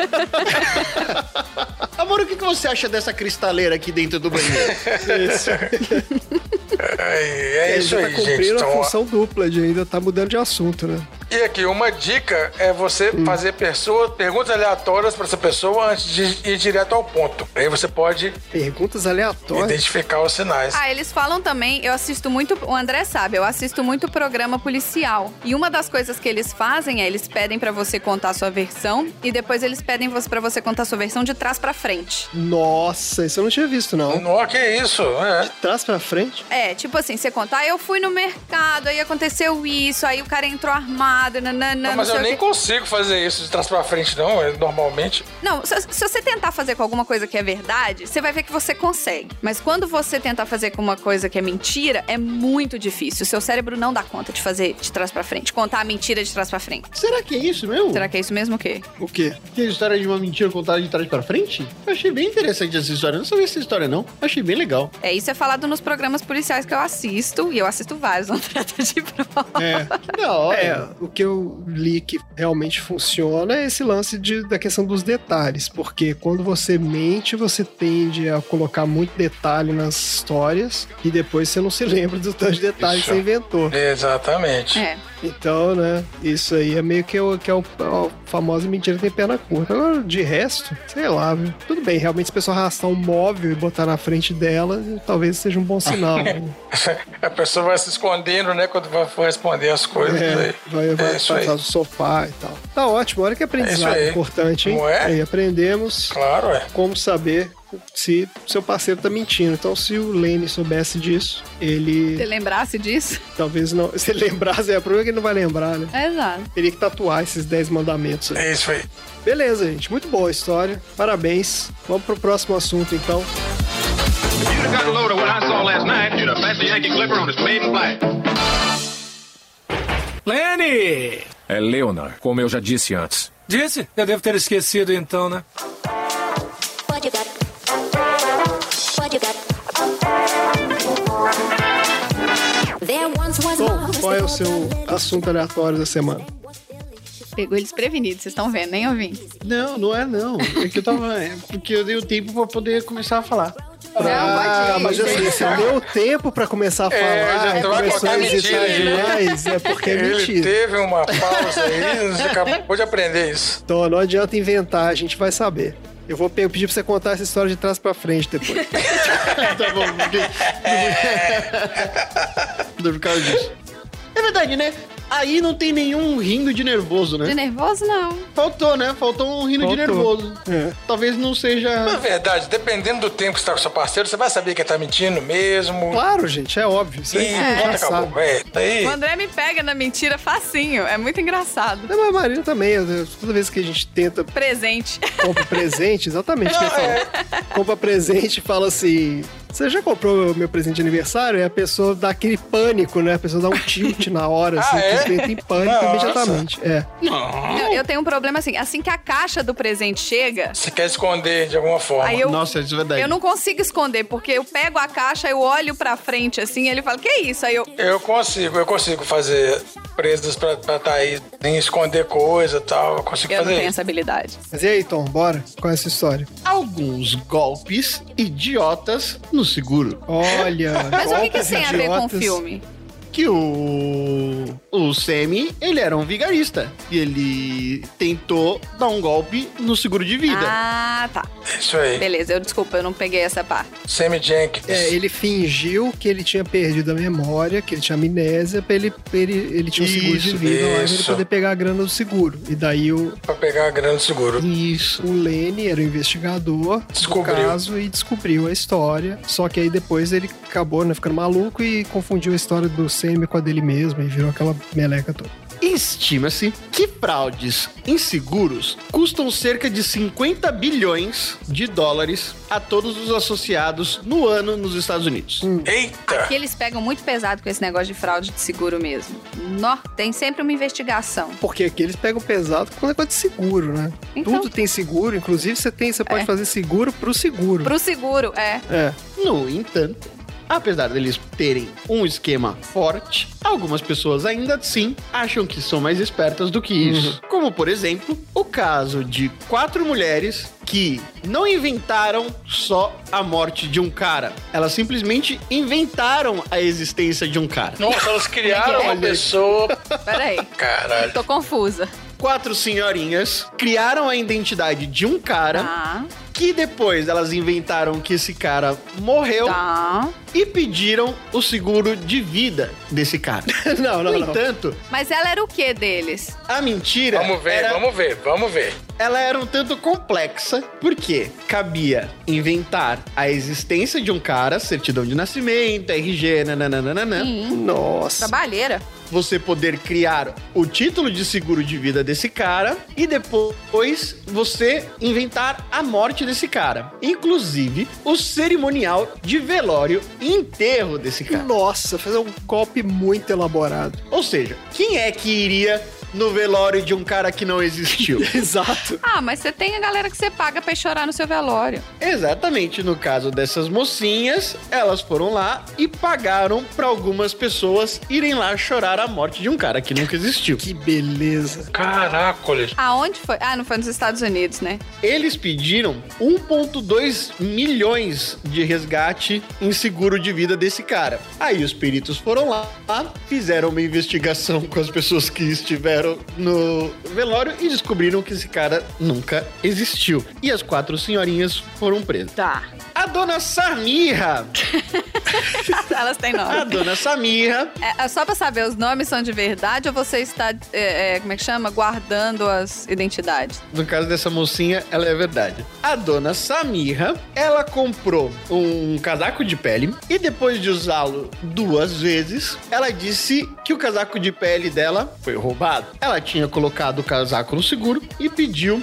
A: amor, o que que você acha dessa cristaleira aqui dentro do banheiro?
D: É, é
C: Ele
D: isso
C: já
D: aí,
C: tá
D: gente.
C: cumprindo a
D: Então, ó,
C: função dupla de ainda tá mudando de assunto, né?
D: E aqui, uma dica é você
C: Hum.
D: fazer pessoa, perguntas aleatórias para essa pessoa antes de ir direto ao ponto. Aí você pode
C: Perguntas aleatórias.
D: identificar os sinais.
B: Ah, eles falam também, eu assisto muito, o André sabe, eu assisto muito programa policial. E uma das coisas que eles fazem é eles pedem pra você contar a sua versão e depois eles pedem vo- pra você contar a sua versão de trás pra frente.
C: Nossa, isso eu não tinha visto, não.
D: Não, que isso? É.
C: Trás pra frente?
B: É, tipo assim, você conta, ah, eu fui no mercado, aí aconteceu isso, aí o cara entrou armado, nananã,
D: Não, mas
B: não
D: eu
B: sei
D: nem
B: o quê.
D: consigo fazer isso de trás pra frente, não, é, normalmente.
B: Não, se, se você tentar fazer com alguma coisa que é verdade, você vai ver que você consegue. Mas quando você tentar fazer com uma coisa que é mentira, é muito difícil. O seu cérebro não dá conta de fazer de trás pra frente, contar a mentira de trás pra frente.
A: Será que é isso mesmo?
B: Será que é isso mesmo o quê?
C: O quê?
A: Que a história de uma mentira contada de trás pra frente? Eu achei bem interessante essa história. Eu não sabia essa história, não. Achei bem legal.
B: É, isso é falado nos programas policiais que eu assisto, e eu assisto vários, não trata de prova.
C: É.
A: Que Da hora.
C: É, o que eu li que realmente funciona é esse lance de, da questão dos detalhes, porque quando você mente, você tende a colocar muito detalhe nas histórias e depois você não se lembra do tanto de detalhes
D: Isso.
C: que você inventou.
D: Exatamente.
B: É.
C: Então, né, isso aí é meio que o, que é o, a famosa mentira que tem perna curta. Agora, de resto, sei lá, viu? Tudo bem, realmente se a pessoa arrastar um móvel e botar na frente dela, talvez seja um bom sinal.
D: É A pessoa vai se escondendo, né, quando vai for responder as coisas.
C: É,
D: aí.
C: vai vai
D: É isso
C: passar
D: aí.
C: do sofá e tal. Tá ótimo, olha que aprendizado
D: aí.
C: importante, hein?
D: Não é?
C: Aí aprendemos
D: Claro, é.
C: como saber se seu parceiro tá mentindo. Então, se o Lene soubesse disso, ele
B: Você lembrasse disso?
C: talvez não. Se ele lembrasse, é o problema é que ele não vai lembrar, né?
B: Exato.
C: Teria que tatuar esses 10 mandamentos aí.
D: É isso aí.
C: Beleza, gente. Muito boa a história. Parabéns. Vamos pro próximo assunto, então.
H: You'd have got a load of what I saw last night, you'd have fastened Yankee Clipper on his maiden flag.
F: Lene!
G: É Leonard, como eu já disse antes.
F: Disse? Eu devo ter esquecido então, né?
I: What you got? What you got? There once was
C: Bom, qual
I: tá
C: é o seu
I: marvelous-
C: assunto aleatório da semana?
B: Pegou eles prevenidos, vocês estão vendo, nem ouvindo.
A: Não, não é não. É que eu tava. É porque eu dei o tempo pra poder começar a falar.
C: Ah, mas assim, você deu tempo pra começar a falar
D: É, já
C: e
D: tô- vai
C: começou a
D: contar
C: hesitar
D: mentira, né?
C: demais, é porque é
D: Ele
C: mentira.
D: teve uma pausa aí, você acabou de aprender isso.
C: Então não adianta inventar, a gente vai saber. Eu vou pe- pedir pra você contar essa história de trás pra frente depois.
A: tá bom. porque- Por causa disso. É verdade, né? Aí não tem nenhum rindo de nervoso,
B: De
A: né?
B: nervoso, não.
A: Faltou, né? Faltou um rindo de
C: Faltou.
A: nervoso.
C: É.
A: Talvez não
D: Na
A: seja.
D: verdade, dependendo do tempo que você tá com seu parceiro, você vai saber que ele tá mentindo mesmo.
C: Claro, gente, é óbvio. Isso
D: E
C: aí
D: é.
C: já
D: acabou.
C: sabe.
D: É, tá aí.
B: O André me pega na mentira facinho, é muito engraçado.
C: Não, mas a Marina também, eu- toda vez que a gente tenta
B: Presente. é.
C: compra presente, exatamente o que eu ia falar. Compra presente e fala assim: Você já comprou o meu presente de aniversário? E a pessoa dá aquele pânico, né? A pessoa dá um tilt na hora, assim,
D: Ah, é?
C: que entra em pânico
D: Nossa.
C: imediatamente. É.
B: Eu, eu tenho um problema assim, assim que a caixa do presente chega,
D: Você quer esconder de alguma forma.
B: aí eu
A: Nossa, isso é vai daí.
B: eu não consigo esconder, porque eu pego a caixa, eu olho pra frente assim, e ele fala: "Que isso?" Aí eu
D: Eu consigo, eu consigo fazer presas pra, pra Thaís, nem esconder coisa e tal. Eu consigo
B: eu não
D: fazer
B: tenho
D: isso.
B: essa habilidade.
C: Mas e aí, Tom, bora? Qual é essa história?
A: Alguns golpes idiotas no seguro.
C: Olha.
B: Mas o que, que
C: golpes
B: isso tem a ver com o
C: idiotas.
B: filme?
A: que o o Semi, ele era um vigarista e ele tentou dar um golpe no seguro de vida.
B: Ah, tá.
D: Isso aí.
B: Beleza, eu desculpa, eu não peguei essa parte.
D: Sammy Jenkins.
C: É, ele fingiu que ele tinha perdido a memória, que ele tinha amnésia, pra ele, pra ele, ele tinha um seguro de
A: Isso,
C: vida lá, pra ele
D: isso.
C: poder pegar a grana do seguro. E daí o,
D: Pra pegar a grana do seguro.
A: Isso.
C: o Lenny era o investigador
D: Descobriu.
C: do caso e descobriu a história. Só que aí depois ele acabou né, ficando maluco e confundiu a história do Semi com a dele mesmo e virou aquela meleca toda.
A: Estima-se que fraudes em seguros custam cerca de 50 bilhões de dólares a todos os associados no ano nos Estados Unidos.
D: Hum.
C: Hum.
D: Eita!
B: Que eles pegam muito pesado com esse negócio de fraude de seguro mesmo. Nó, tem sempre uma investigação.
C: Porque aqui eles pegam pesado com o negócio de seguro, né?
B: Então.
C: Tudo tem seguro, inclusive você tem, você pode
B: É.
C: fazer seguro pro seguro.
B: Pro seguro, é.
C: É.
A: No entanto, apesar deles terem um esquema forte, algumas pessoas ainda assim acham que são mais espertas do que isso. Como, por exemplo, o caso de quatro mulheres que não inventaram só a morte de um cara, elas simplesmente inventaram a existência de um cara.
D: Nossa, elas criaram
B: Como é que é?
D: uma pessoa.
B: Peraí.
D: Caralho.
B: Tô confusa.
A: Quatro senhorinhas criaram a identidade de um cara
B: Tá,
A: que depois elas inventaram que esse cara morreu
B: tá.
A: e pediram o seguro de vida desse cara.
C: não, não,
A: No
C: não.
A: entanto,
B: Mas ela era o que deles?
A: A mentira
D: Vamos ver,
A: era,
D: vamos ver, vamos ver.
A: ela era um tanto complexa, porque cabia inventar a existência de um cara, certidão de nascimento, RG, nananana,
B: Sim.
C: Nossa.
B: Trabalheira.
A: você poder criar o título de seguro de vida desse cara e depois você inventar a morte desse cara. Inclusive, o cerimonial de velório e enterro desse cara.
C: Nossa, fazer um golpe muito elaborado.
A: Ou seja, quem é que iria no velório de um cara que não existiu?
C: Exato.
B: Ah, mas você tem a galera que você paga pra ir chorar no seu velório.
A: Exatamente, no caso dessas mocinhas, elas foram lá e pagaram pra algumas pessoas irem lá chorar a morte de um cara que nunca existiu.
C: Que beleza.
D: Caracoles.
B: Aonde foi? Ah, não foi nos Estados Unidos, né?
A: Eles pediram 1,2 milhões de resgate em seguro de vida desse cara. Aí os peritos foram lá, fizeram uma investigação com as pessoas que estiveram no velório e descobriram que esse cara nunca existiu. E as quatro senhorinhas foram presas.
B: Tá.
A: A dona Samirra,
B: Elas têm
A: a
B: nome.
A: dona Samirra,
B: É, é só pra saber, os nomes são de verdade ou você está, é, é, como é que chama? Guardando as identidades.
A: No caso dessa mocinha, ela é verdade. A dona Samirra, ela comprou um casaco de pele e depois de usá-lo duas vezes, ela disse que o casaco de pele dela foi roubado. Ela tinha colocado o casaco no seguro e pediu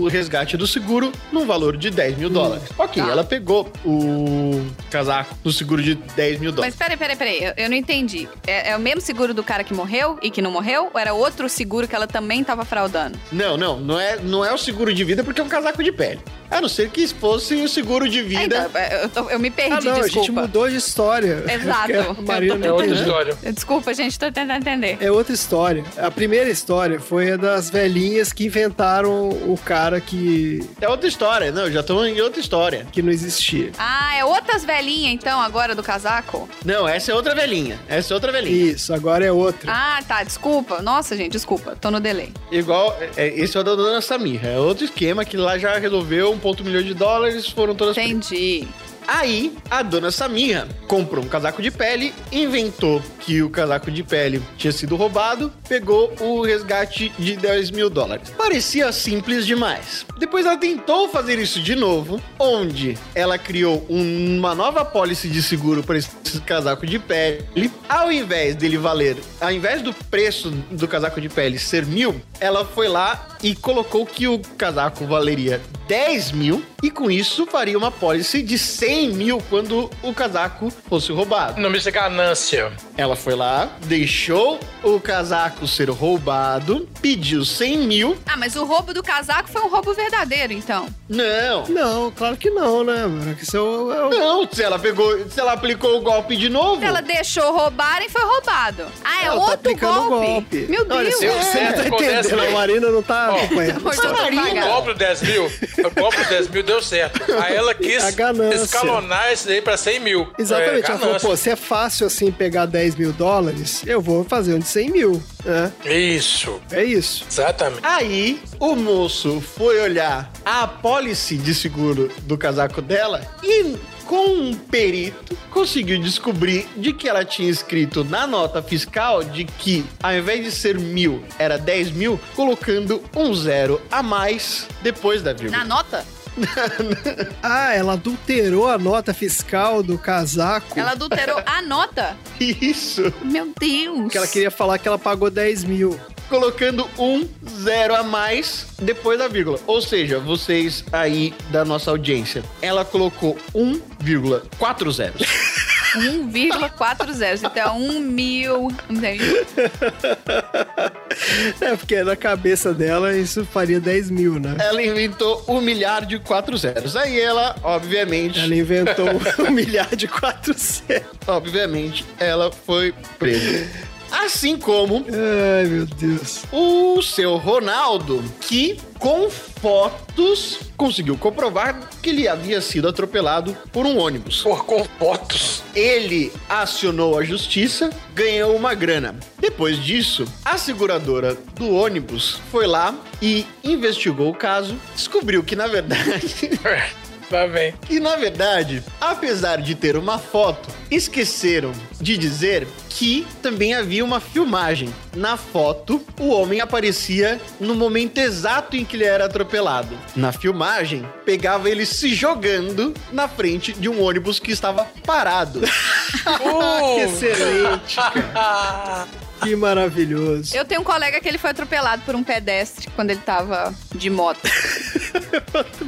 A: o resgate do seguro num valor de 10 mil dólares. Ok,
B: tá.
A: ela pegou o casaco no seguro de 10 mil dólares.
B: Mas peraí, peraí, peraí, eu, eu não entendi. É, é o mesmo seguro do cara que morreu e que não morreu? Ou era outro seguro que ela também tava fraudando?
A: Não, não, não é, não é o seguro de vida porque é um casaco de pele. A não ser que fosse o seguro de
B: Ah,
A: vida.
B: então, eu, tô- eu me perdi,
C: Ah, não, a gente
B: desculpa. É
C: mudou de história.
B: Exato.
C: A
B: Eu tô
C: Maria né?
D: É
C: não
D: outra
C: entendeu.
D: história.
B: Desculpa, gente, tô tentando entender.
C: É outra história. A primeira história foi a das velhinhas que inventaram o cara que,
A: É outra história, não, já estamos em outra história.
C: que não existia.
B: Ah, é outras velhinhas, então, agora do casaco?
A: Não, essa é outra velhinha. Essa é outra velhinha.
C: Isso, agora é outra.
B: Ah, tá, desculpa. Nossa, gente, desculpa, tô no delay.
A: Igual, é, esse é o da dona Samirra. É outro esquema que lá já resolveu um ponto milhão de dólares, foram todas.
B: Entendi.
A: Aí, a dona Samirra comprou um casaco de pele, inventou que o casaco de pele tinha sido roubado, pegou o resgate de 10 mil dólares. Parecia simples demais. Depois ela tentou fazer isso de novo, onde ela criou um- uma nova pólice de seguro para esse casaco de pele. Ao invés dele valer, ao invés do preço do casaco de pele ser mil, ela foi lá e colocou que o casaco valeria 10 mil e com isso faria uma pólice de 100 mil quando o casaco fosse roubado.
D: O nome disso é ganância.
A: Ela foi lá, deixou o casaco ser roubado, pediu 100 mil.
B: Ah, mas o roubo do casaco foi um roubo verdadeiro, então.
A: Não,
C: Não, claro que não, né, mano? Que isso é o- é o-
A: não, se ela pegou, se ela aplicou o golpe de novo.
B: Ela deixou roubarem e foi roubado. Ah, é
C: Ela tá
B: outro
C: aplicando
B: golpe.
C: golpe.
B: Meu
C: Olha,
B: Deus.
C: você- você
D: É,
C: não tá
D: acontece
C: entendendo. A
D: mesmo.
C: Marina não tá
D: Ó,
C: acompanhando.
B: Pois tá
A: Marina,
D: O
B: pagando.
D: golpe do 10 mil, o golpe do 10 mil deu certo. Aí ela quis
C: A ganância.
D: escalonar isso daí pra 100 mil.
C: Exatamente.
D: É,
C: ela falou, pô,
D: ganância.
C: se é fácil assim pegar 10 mil dólares, eu vou fazer um de 100 mil, né?
D: Isso,
C: É isso.
D: exatamente.
A: Aí o moço foi olhar a apólice de seguro do casaco dela e, com um perito, conseguiu descobrir de que ela tinha escrito na nota fiscal de que, ao invés de ser mil, era 10 mil, colocando um zero a mais depois
C: é
A: da
B: Na
A: vírgula.
B: nota?
C: Ah, ela adulterou a nota fiscal do casaco.
B: Ela adulterou a nota?
A: Isso,
B: Meu Deus.
C: Que ela queria falar que ela pagou 10 mil.
A: colocando um zero a mais depois da vírgula. Ou seja, vocês aí da nossa audiência, ela colocou 1,4 zeros.
B: 1,40. Então é 1 mil. entende?
C: É, porque na cabeça dela isso faria 10 mil, né?
A: Ela inventou um milhar de quatro zeros. Aí ela, obviamente,
C: Ela inventou um milhar de 400.
A: obviamente, ela foi presa. Assim como
C: Ai, meu Deus.
A: o seu Ronaldo, que com fotos conseguiu comprovar que ele havia sido atropelado por um ônibus.
D: Por com votos.
A: Ele acionou a justiça, ganhou uma grana. Depois disso, a seguradora do ônibus foi lá e investigou o caso, descobriu que na verdade
D: Tá bem.
A: E na verdade, apesar de ter uma foto, esqueceram de dizer que também havia uma filmagem. Na foto, o homem aparecia no momento exato em que ele era atropelado. Na filmagem, pegava ele se jogando na frente de um ônibus que estava parado.
C: Que
D: Uh!
C: excelente, cara. Que maravilhoso.
B: Eu tenho um colega que ele foi atropelado por um pedestre quando ele tava de moto.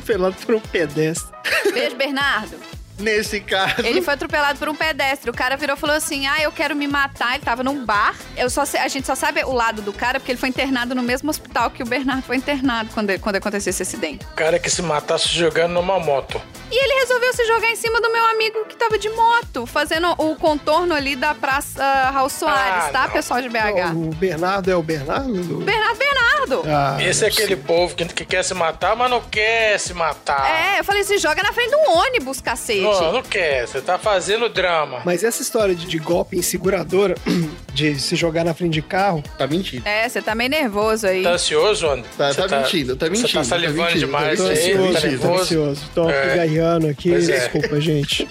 C: Pelado por um pedestre.
B: Beijo, Bernardo.
A: Nesse caso,
B: Ele foi atropelado por um pedestre. O cara virou e falou assim: Ah, eu quero me matar. Ele tava num bar. Eu só sei- a gente só sabe o lado do cara porque ele foi internado no mesmo hospital que o Bernardo foi internado quando, quando aconteceu esse acidente.
D: O cara que se matasse jogando numa moto.
B: E ele resolveu se jogar em cima do meu amigo que tava de moto, fazendo o contorno ali da Praça ah, Raul Soares,
D: Ah,
B: tá,
D: não.
B: pessoal de BH?
C: O Bernardo é o Bernardo?
B: Bernardo, Bernardo!
C: Ah,
D: Esse é aquele povo que, que quer se matar, mas não quer se matar.
B: É, eu falei, se joga na frente de um ônibus,
A: É,
B: cacete.
D: Não, não quer. Você tá fazendo drama.
C: Mas essa história de, de golpe em seguradora, de se jogar na frente de carro,
A: tá mentindo.
B: É, você tá meio nervoso aí.
D: Tá ansioso, André?
A: Tá-
D: Você
A: tá mentindo, tá
D: Você tá
A: mentindo,
D: salivando
A: tá mentindo,
D: demais
C: tô
A: tá
D: aí,
A: mentindo,
C: ansioso,
D: tá
A: tá
C: tô
D: nervoso.
C: ansioso. Tô
D: É.
C: garreando aqui,
D: Pois é.
C: desculpa, gente.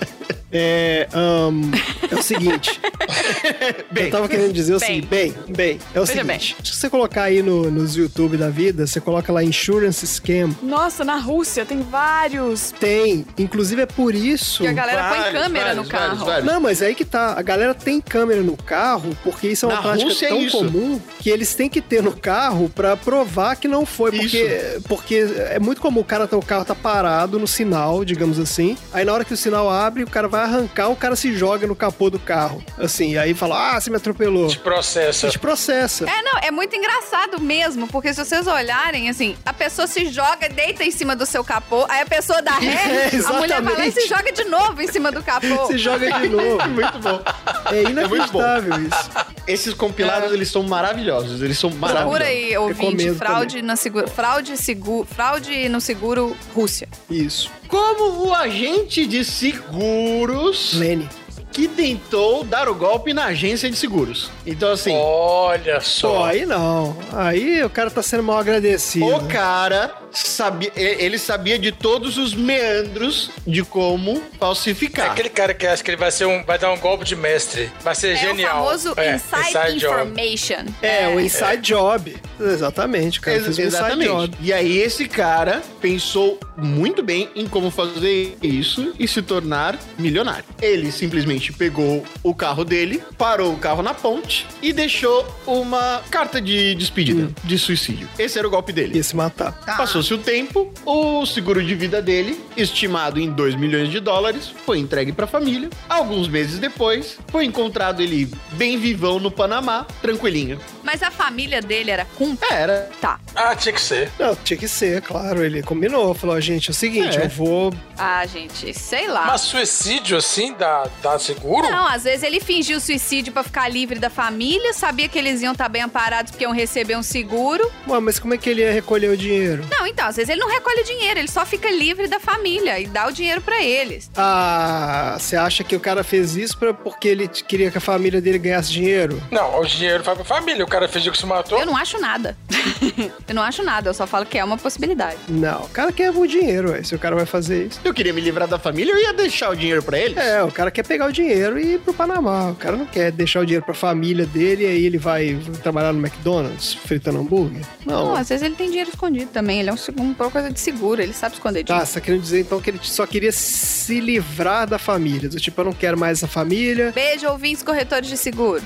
C: É, ahn, é o seguinte. eu tava querendo dizer o
B: Bem.
C: seguinte. Bem, bem. É o
B: Veja
C: seguinte. Se você colocar aí no, nos YouTube da vida, você coloca lá Insurance Scam.
B: Nossa, na Rússia tem vários.
C: Tem. Inclusive é por isso.
B: Que a galera põe
A: Vários,
B: câmera
A: vários,
B: no carro.
A: vários, vários.
C: Não, mas aí que tá. A galera tem câmera no carro, porque isso é uma
A: Na
C: prática
A: Rússia é
C: tão
A: isso.
C: comum que eles têm que ter no carro pra provar que não foi. Porque, porque é muito comum o cara tá, o carro tá parado no sinal, digamos assim. Aí na hora que o sinal abre, o cara vai arrancar, o cara se joga no capô do carro. Assim, aí fala: Ah, você me atropelou.
D: Te processa.
C: A gente processa.
B: É, não, é muito engraçado mesmo, porque se vocês olharem, assim, a pessoa se joga, deita em cima do seu capô, aí a pessoa dá ré,
C: É,
B: a mulher vai lá e
C: exatamente.
B: se joga de novo em cima do capô.
C: Se joga de novo.
A: Muito bom.
C: É
A: bom.
C: inacreditável isso.
A: Esses compilados, eles são maravilhosos. Eles são maravilhosos.
B: Procura aí, ouvinte,
C: Recomendo
B: fraude, na seguro, fraude, seguro, fraude no seguro Rússia.
C: Isso.
A: Como o agente de seguros
C: Lene.
A: que tentou dar o golpe na agência de seguros. Então, assim,
D: Olha
C: Pô,
D: só.
C: aí não. Aí o cara tá sendo mal agradecido.
A: o cara sabia, e- ele sabia de todos os meandros de como
D: É
A: falsificar.
D: aquele cara que acha que ele vai, ser um, vai dar um golpe de mestre. Vai ser
B: É o
D: genial.
B: famoso
D: É,
B: inside,
D: job.
B: information. né?
C: É, o inside job. Exatamente, cara.
A: Ex-
C: Fez um inside
A: Exatamente.
C: job.
A: E aí, esse cara pensou muito bem em como fazer isso e se tornar milionário. Ele simplesmente gente pegou o carro dele, parou o carro na ponte e deixou uma carta de despedida, de suicídio. Esse era o golpe dele.
C: Ia se matar.
B: Tá.
A: Passou-se o tempo, o seguro de vida dele, estimado em 2 milhões de dólares, foi entregue para a família. Alguns meses depois, foi encontrado ele bem vivão no Panamá, tranquilinho.
B: Mas a família dele era cúmplice?
A: Era.
B: Tá.
D: Ah, tinha que ser.
C: Não, tinha que ser, claro. Ele combinou, falou: "Ó, gente, é o seguinte,
A: É.
C: eu vou.
B: Ah, gente, sei lá.
D: Mas suicídio assim dá, dá seguro?
B: Não, às vezes ele fingiu suicídio pra ficar livre da família, sabia que eles iam estar bem amparados porque iam receber um seguro.
C: Ué, mas como é que ele ia recolher o dinheiro?
B: Não, então, às vezes ele não recolhe o dinheiro, ele só fica livre da família e dá o dinheiro pra eles.
C: Ah, você acha que o cara fez isso pra, porque ele t- queria que a família dele ganhasse dinheiro?
D: Não, o dinheiro vai pra família. O cara fingiu que se matou.
B: Eu não acho nada. eu não acho nada, eu só falo que é uma possibilidade.
C: Não, o cara quer o dinheiro, ué, se o cara vai fazer isso.
A: Eu queria me livrar da família, eu ia deixar o dinheiro para eles.
C: É, o cara quer pegar o dinheiro e ir pro Panamá. O cara não quer deixar o dinheiro pra família dele e aí ele vai trabalhar no McDonald's fritando hambúrguer. Não.
B: Não, às vezes ele tem dinheiro escondido também, ele é um segundo, uma coisa de seguro, ele sabe esconder dinheiro.
C: Tá, você tá querendo dizer então que ele só queria se livrar da família. Do tipo, eu não quero mais essa família,
B: Beijo, ouvintes corretores de seguro.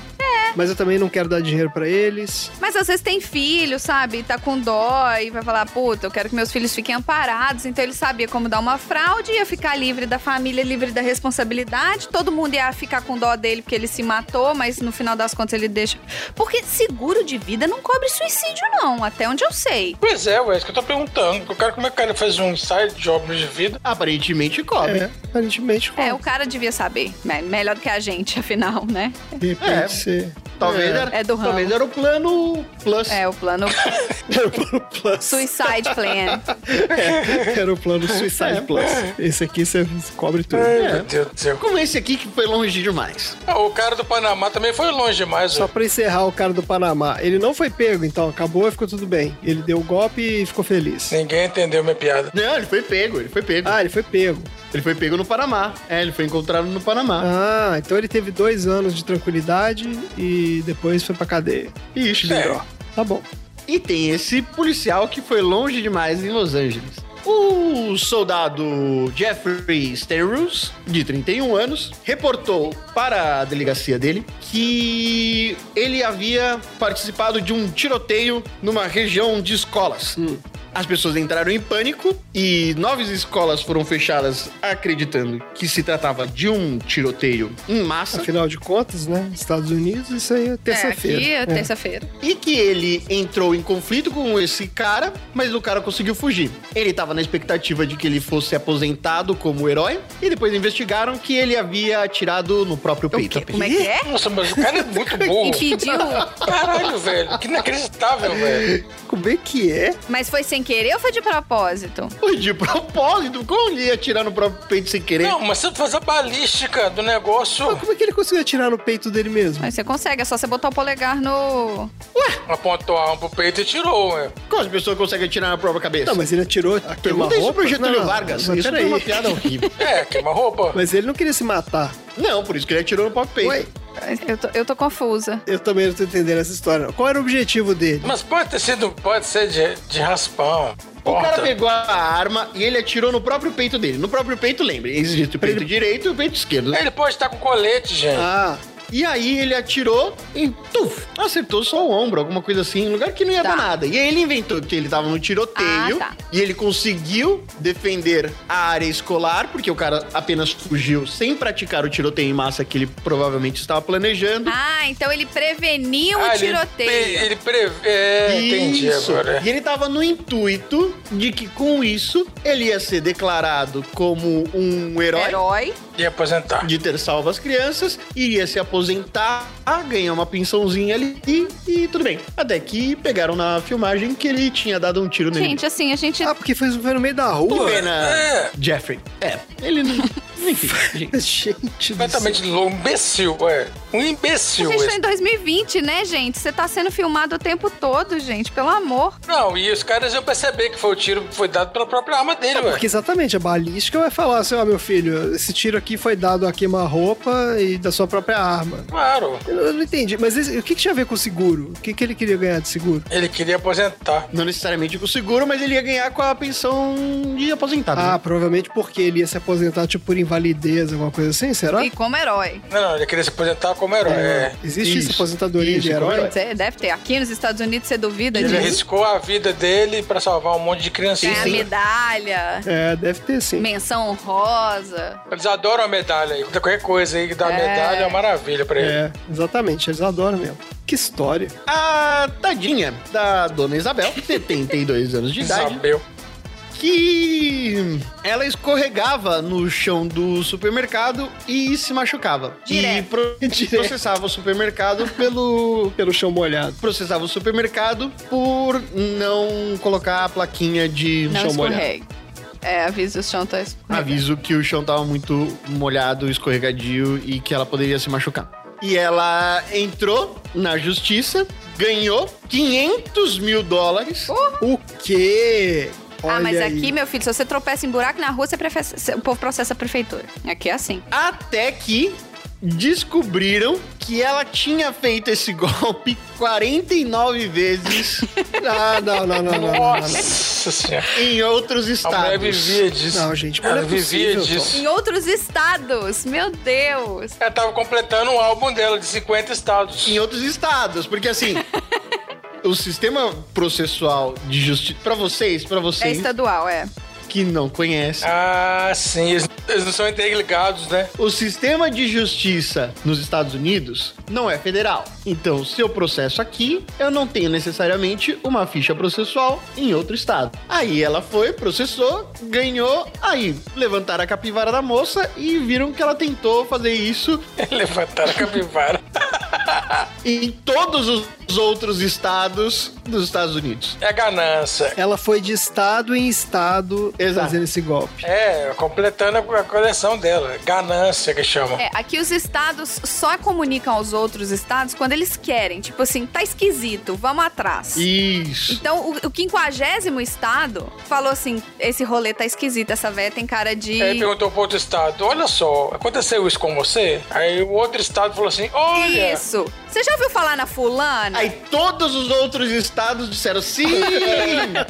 C: mas eu também não quero dar dinheiro pra eles.
B: Mas às vezes tem filho, sabe? E Tá com dó e vai falar, puta, eu quero que meus filhos fiquem amparados. Então ele sabia como dar uma fraude, ia ficar livre da família, livre da responsabilidade. Todo mundo ia ficar com dó dele porque ele se matou, mas no final das contas ele deixa. Porque seguro de vida não cobre suicídio, não, até onde eu sei.
D: Pois é, ué, isso que eu tô perguntando. Porque O cara, como é que o cara faz um side job de vida?
A: Aparentemente cobre.
C: É, aparentemente,
B: É, o cara devia saber. Me- Melhor do que a gente, afinal, né?
C: de repente,
A: É.
C: você...
A: Talvez era,
B: É do ramo.
A: talvez era o plano plus.
B: É, o plano
C: Era o plano plus.
B: Suicide Plan.
C: É, era o plano Suicide
A: É.
C: Plus. Esse aqui você cobre tudo.
D: Meu Deus do céu.
A: Como esse aqui que foi longe demais.
D: Ah, o cara do Panamá também foi longe demais,
C: Só
D: ué.
C: pra encerrar o cara do Panamá. Ele não foi pego, então acabou e ficou tudo bem. Ele deu o golpe e ficou feliz.
A: É.
D: Ninguém entendeu minha piada.
A: Não, ele foi pego, ele foi pego.
C: Ah, ele foi pego.
A: Ele foi pego no Panamá. É, ele foi encontrado no
B: É.
A: Panamá.
C: Ah, então ele teve dois anos de tranquilidade e depois foi pra cadeia.
A: Ixi, é.
C: Melhor. Tá bom.
A: E tem esse policial que foi longe demais em Los Angeles. O soldado Jeffrey Stenrus, de 31 anos, reportou para a delegacia dele que ele havia participado de um tiroteio numa região de escolas. As pessoas entraram em pânico e nove escolas foram fechadas acreditando que se tratava de um tiroteio em massa.
C: Tá. Afinal de contas, né? Estados Unidos, isso aí é
B: É,
C: terça-feira.
B: aqui é terça-feira.
A: E que ele entrou em conflito com esse cara, mas o cara conseguiu fugir. Ele tava na expectativa de que ele fosse aposentado como herói, e depois investigaram que ele havia atirado no próprio
B: O
A: peito.
B: quê? Como é que é?
D: Nossa, mas o cara é muito burro.
B: Impediu.
D: Caralho, velho. Que inacreditável, velho.
C: Como é que é?
B: Mas foi sem querer ou foi de propósito?
A: Foi de propósito, como ele ia atirar no próprio peito sem querer?
D: Não, mas você faz a balística do negócio.
C: Mas como é que ele conseguiu atirar no peito dele mesmo?
B: Mas você consegue, é só você botar o polegar no.
D: Apontou a arma pro peito e tirou, ué.
A: Como as pessoas conseguem atirar na própria cabeça?
C: Não, mas ele atirou a
A: Pergunta isso pro Getúlio
C: Não,
A: Vargas.
C: mas
A: Isso foi
C: peraí.
A: uma piada horrível.
D: É, queima-roupa.
C: Mas ele não queria se matar.
A: não, por isso que ele atirou no próprio peito.
C: Ué,
B: Eu tô, eu tô confusa.
C: eu também não tô entendendo essa história. não. Qual era o objetivo dele?
D: Mas pode ter sido, pode ser de, de raspão.
A: O cara
D: Porta.
A: pegou a arma e ele atirou no próprio peito dele. No próprio peito, lembre, existe o peito direito e o peito esquerdo.
D: Ele pode estar tá com colete, gente.
C: Ah,
A: E aí ele atirou e tuf, acertou só o ombro, alguma coisa assim, um lugar que não ia
B: Tá.
A: dar nada. E aí ele inventou que ele tava no tiroteio
B: Ah, tá.
A: e ele conseguiu defender a área escolar, porque o cara apenas fugiu sem praticar o tiroteio em massa que ele provavelmente estava planejando.
B: Ah, então ele preveniu
D: Ah,
B: o
D: ele pre-
B: um tiroteio.
D: Ele prevê. É, entendi
A: Isso.
D: agora.
A: E ele tava no intuito de que com isso ele ia ser declarado como um herói.
B: Herói.
D: E aposentar.
A: de ter salvo as crianças, iria se aposentar, ganhar uma pensãozinha ali e, e tudo bem. Até que pegaram na filmagem que ele tinha dado um tiro nele.
B: Gente, assim, a gente.
C: ah porque foi, foi no meio da rua.
A: Que pena,
D: É,
A: Jeffrey. É, ele não... Enfim, gente.
C: Gente do céu.
D: completamente louco. Imbecil, ué. Um
B: A
D: imbecil.
B: gente tá
D: esse.
B: em 2020, né, gente? Você tá sendo filmado o tempo todo, gente. Pelo amor.
D: Não, e os caras iam perceber que foi o tiro que foi dado pela própria arma dele,
A: é.
D: ué.
C: É Porque exatamente, a balística vai falar assim, ó, meu filho, esse tiro aqui foi dado a queima-roupa e da sua própria arma.
D: Claro.
C: Eu, eu não entendi, mas esse- o que, que tinha a ver com o seguro? O que, que ele queria ganhar de seguro?
D: Ele queria aposentar.
A: Não necessariamente com o seguro, mas ele ia ganhar com a pensão de aposentado.
C: Ah,
A: né?
C: provavelmente porque ele ia se aposentar, tipo, por invalidez, alguma coisa assim, será?
B: E como herói.
D: Não, não, ele queria se aposentar como herói. É.
C: Existe
A: Isso.
C: essa aposentadoria
A: Isso,
C: de herói?
B: Você deve ter. Aqui nos Estados Unidos você duvida
D: Ele
B: disso.
D: arriscou a vida dele pra salvar um monte de
B: Tem
D: criancinha.
B: a medalha,
C: É, deve ter sim.
B: menção honrosa.
D: Eles adoram a medalha aí. Qualquer coisa aí que dá
B: É.
D: medalha é uma maravilha pra ele.
C: É, exatamente, eles adoram mesmo. Que história.
A: A tadinha da dona Isabel, 72 anos de idade,
D: Isabel.
A: que ela escorregava no chão do supermercado e se machucava. E
B: Direto.
A: pro- processava o supermercado pelo.
C: Pelo chão molhado.
A: Processava o supermercado por não colocar a plaquinha de
B: Não
A: chão molhado.
B: escorregue. É, avisa o chão tá escorregando.
A: Aviso que o chão tava muito molhado, escorregadio e que ela poderia se machucar. E ela entrou na justiça, ganhou 500 mil dólares.
C: O quê?
B: Ah, mas
C: Olha aí.
B: aqui, meu filho, se você tropeça em buraco na rua, você prefe- o povo processa a prefeitura. Aqui é assim.
A: Até que descobriram que ela tinha feito esse golpe 49 vezes
C: Ah, não, não, não, não, não, não. não.
D: Nossa senhora.
A: em outros
D: A mulher
A: estados.
D: vivia disso.
C: Não, gente, mas
D: Ela
C: não é
D: vivia
C: possível,
D: disso.
B: Em outros estados, meu Deus.
D: Ela tava completando um álbum dela de 50 estados.
A: Em outros estados, porque assim, o sistema processual de justiça para vocês, para
B: É
A: vocês
B: estadual, é.
A: que não conhecem,
D: Ah, sim. Eles, eles não são interligados, né?
A: o sistema de justiça nos Estados Unidos não é federal. Então, se eu processo aqui, eu não tenho necessariamente uma ficha processual em outro estado. Aí ela foi, processou, ganhou, aí levantaram a capivara da moça e viram que ela tentou fazer isso
D: Levantaram a capivara.
A: em todos os outros estados dos Estados Unidos.
D: É ganância.
C: Ela foi de estado em estado
A: Exato.
C: fazendo esse golpe.
D: É, completando a coleção dela. Ganância que chamam.
B: É, aqui os estados só comunicam aos outros estados quando eles querem. Tipo assim, tá esquisito, vamos atrás.
A: Isso.
B: Então, o, o quinquagésimo estado falou assim: esse rolê tá esquisito, essa véia tem cara de.
D: Aí perguntou pro outro estado: Olha só, aconteceu isso com você? Aí o outro estado falou assim: Olha,
B: Isso! Você já ouviu falar na fulana?
A: Aí todos os outros estados disseram sim.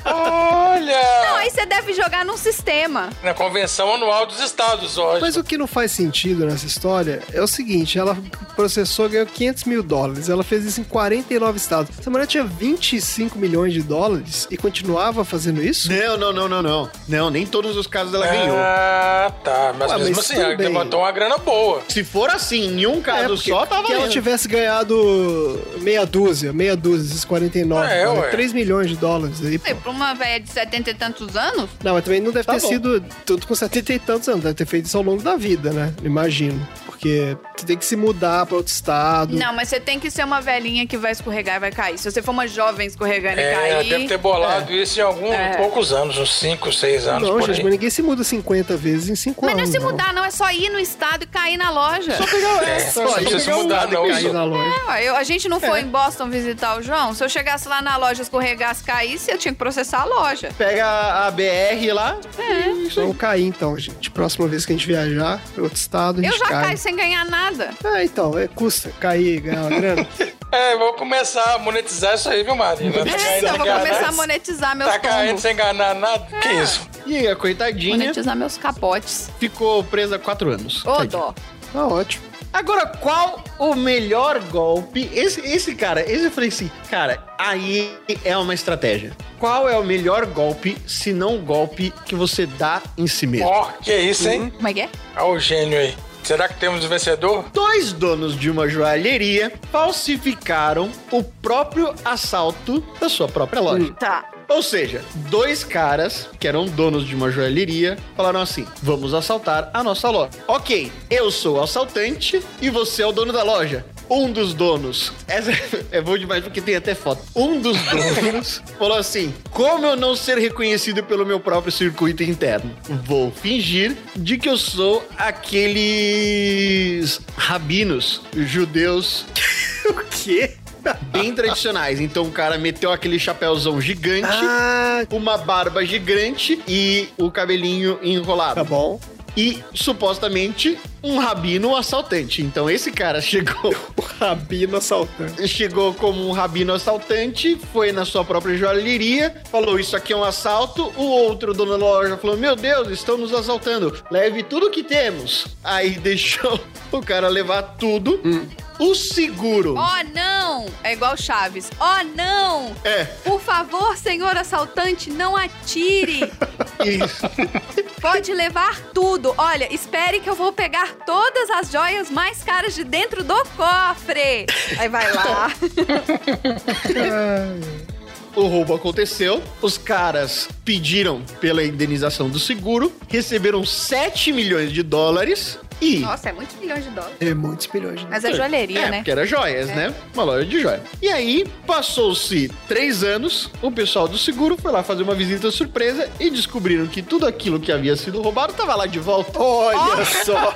D: olha.
B: Não, aí você deve jogar num sistema.
D: Na convenção anual dos estados, olha.
C: Mas o que não faz sentido nessa história é o seguinte: ela processou, ganhou 500 mil dólares. Ela fez isso em 49 estados. Essa mulher tinha 25 milhões de dólares e continuava fazendo isso?
A: Não, não, não, não, não. Não, nem todos os casos ela ganhou.
D: Ah, tá. Mas
C: Ué,
D: mesmo
C: mas
D: assim,
C: tudo
D: ela
C: bem.
D: levantou uma grana boa.
A: Se for assim, em um caso
C: É, porque-
A: só, tá
C: que ela
A: valendo.
C: tivesse ganhado meia dúzia, meia dúzia, esses 49,
D: É, ué.
C: 3 milhões de dólares aí. pô.
B: E pra uma véia de setenta e tantos anos?
C: Não, mas também não deve
A: Tá
C: ter
A: bom.
C: sido tudo com 70 e tantos anos, deve ter feito isso ao longo da vida, né? Imagino. Porque você tem que se mudar pra outro estado.
B: Não, mas você tem que ser uma velhinha que vai escorregar e vai cair. Se você for uma jovem escorregando
D: É,
B: e
D: ela
B: cair.
D: deve ter bolado isso em alguns
B: É.
D: poucos anos, uns 5, 6 anos
C: Não,
D: por
C: gente,
D: aí.
C: mas ninguém se muda 50 vezes em 5
B: Mas não
C: anos.
B: é se mudar, né? não. É só ir no estado e cair na loja.
D: É,
A: Só
D: não precisa
A: pegar
D: se
A: um
D: mudar,
A: lado e
D: não.
A: pegar
D: isso.
C: Aí na loja.
B: Ah, eu- a gente não
D: É.
B: foi em Boston visitar o João. Se eu chegasse lá na loja, escorregasse, caísse, eu tinha que processar a loja.
A: Pega a BR lá.
B: É.
C: Vamos cair então, gente. Próxima vez que a gente viajar pra outro estado, a gente
B: Eu já
C: cai.
B: caio sem ganhar nada.
C: É, então, é, custa cair, ganhar uma grana.
D: É, vou começar a monetizar isso aí, viu, Marina? Tá
B: É,
D: caindo
B: então, eu
D: sem
B: vou
D: ganhar
B: começar
D: nada.
B: a monetizar meus É.
D: Tá caindo
B: tombos.
D: sem enganar nada? Que isso?
A: E a coitadinha
B: Monetizar meus capotes.
A: ficou presa há quatro anos.
B: Ô,
A: Tadinha.
B: dó.
C: Tá ótimo.
A: Agora, qual o melhor golpe? Esse, esse cara, esse eu falei assim, cara, aí é uma estratégia. Qual é o melhor golpe, se não o golpe que você dá em si mesmo?
D: Ó, que isso,
C: Uhum.
D: hein?
B: Como é que é?
D: Olha o gênio aí. Será que temos o vencedor?
A: Dois donos de uma joalheria falsificaram o próprio assalto da sua própria loja.
B: Tá.
A: Ou seja, dois caras que eram donos de uma joalheria falaram assim: vamos assaltar a nossa loja. Ok, eu sou o assaltante e você é o dono da loja. Um dos donos, essa é bom demais porque tem até foto. Um dos donos falou assim: como eu não ser reconhecido pelo meu próprio circuito interno? Vou fingir de que eu sou aqueles rabinos judeus
C: O quê?
A: bem tradicionais. Então o cara meteu aquele chapéuzão gigante
C: Ah,
A: uma barba gigante e o cabelinho enrolado.
C: tá bom.
A: e supostamente um rabino assaltante. Então esse cara chegou
C: O rabino assaltante.
A: chegou como um rabino assaltante, foi na sua própria joalheria, falou isso aqui é um assalto. O outro dono da loja falou: Meu Deus, estão nos assaltando, leve tudo que temos. Aí deixou o cara levar tudo. O seguro.
B: Oh, não! É igual Chaves. Oh, não!
A: É,
B: Por favor, senhor assaltante, não atire!
A: isso.
B: Pode levar tudo. Olha, espere que eu vou pegar todas as joias mais caras de dentro do cofre. Aí vai lá.
A: O roubo aconteceu, os caras pediram pela indenização do seguro, receberam 7 milhões de dólares e.
B: Nossa, é muitos milhões de dólares.
C: É muitos milhões, né?
B: Mas é joalheria,
A: é,
B: né?
A: porque era joias,
B: É.
A: né? Uma loja de joia. E aí, passou-se três anos, o pessoal do seguro foi lá fazer uma visita surpresa e descobriram que tudo aquilo que havia sido roubado tava lá de volta.
C: Olha só,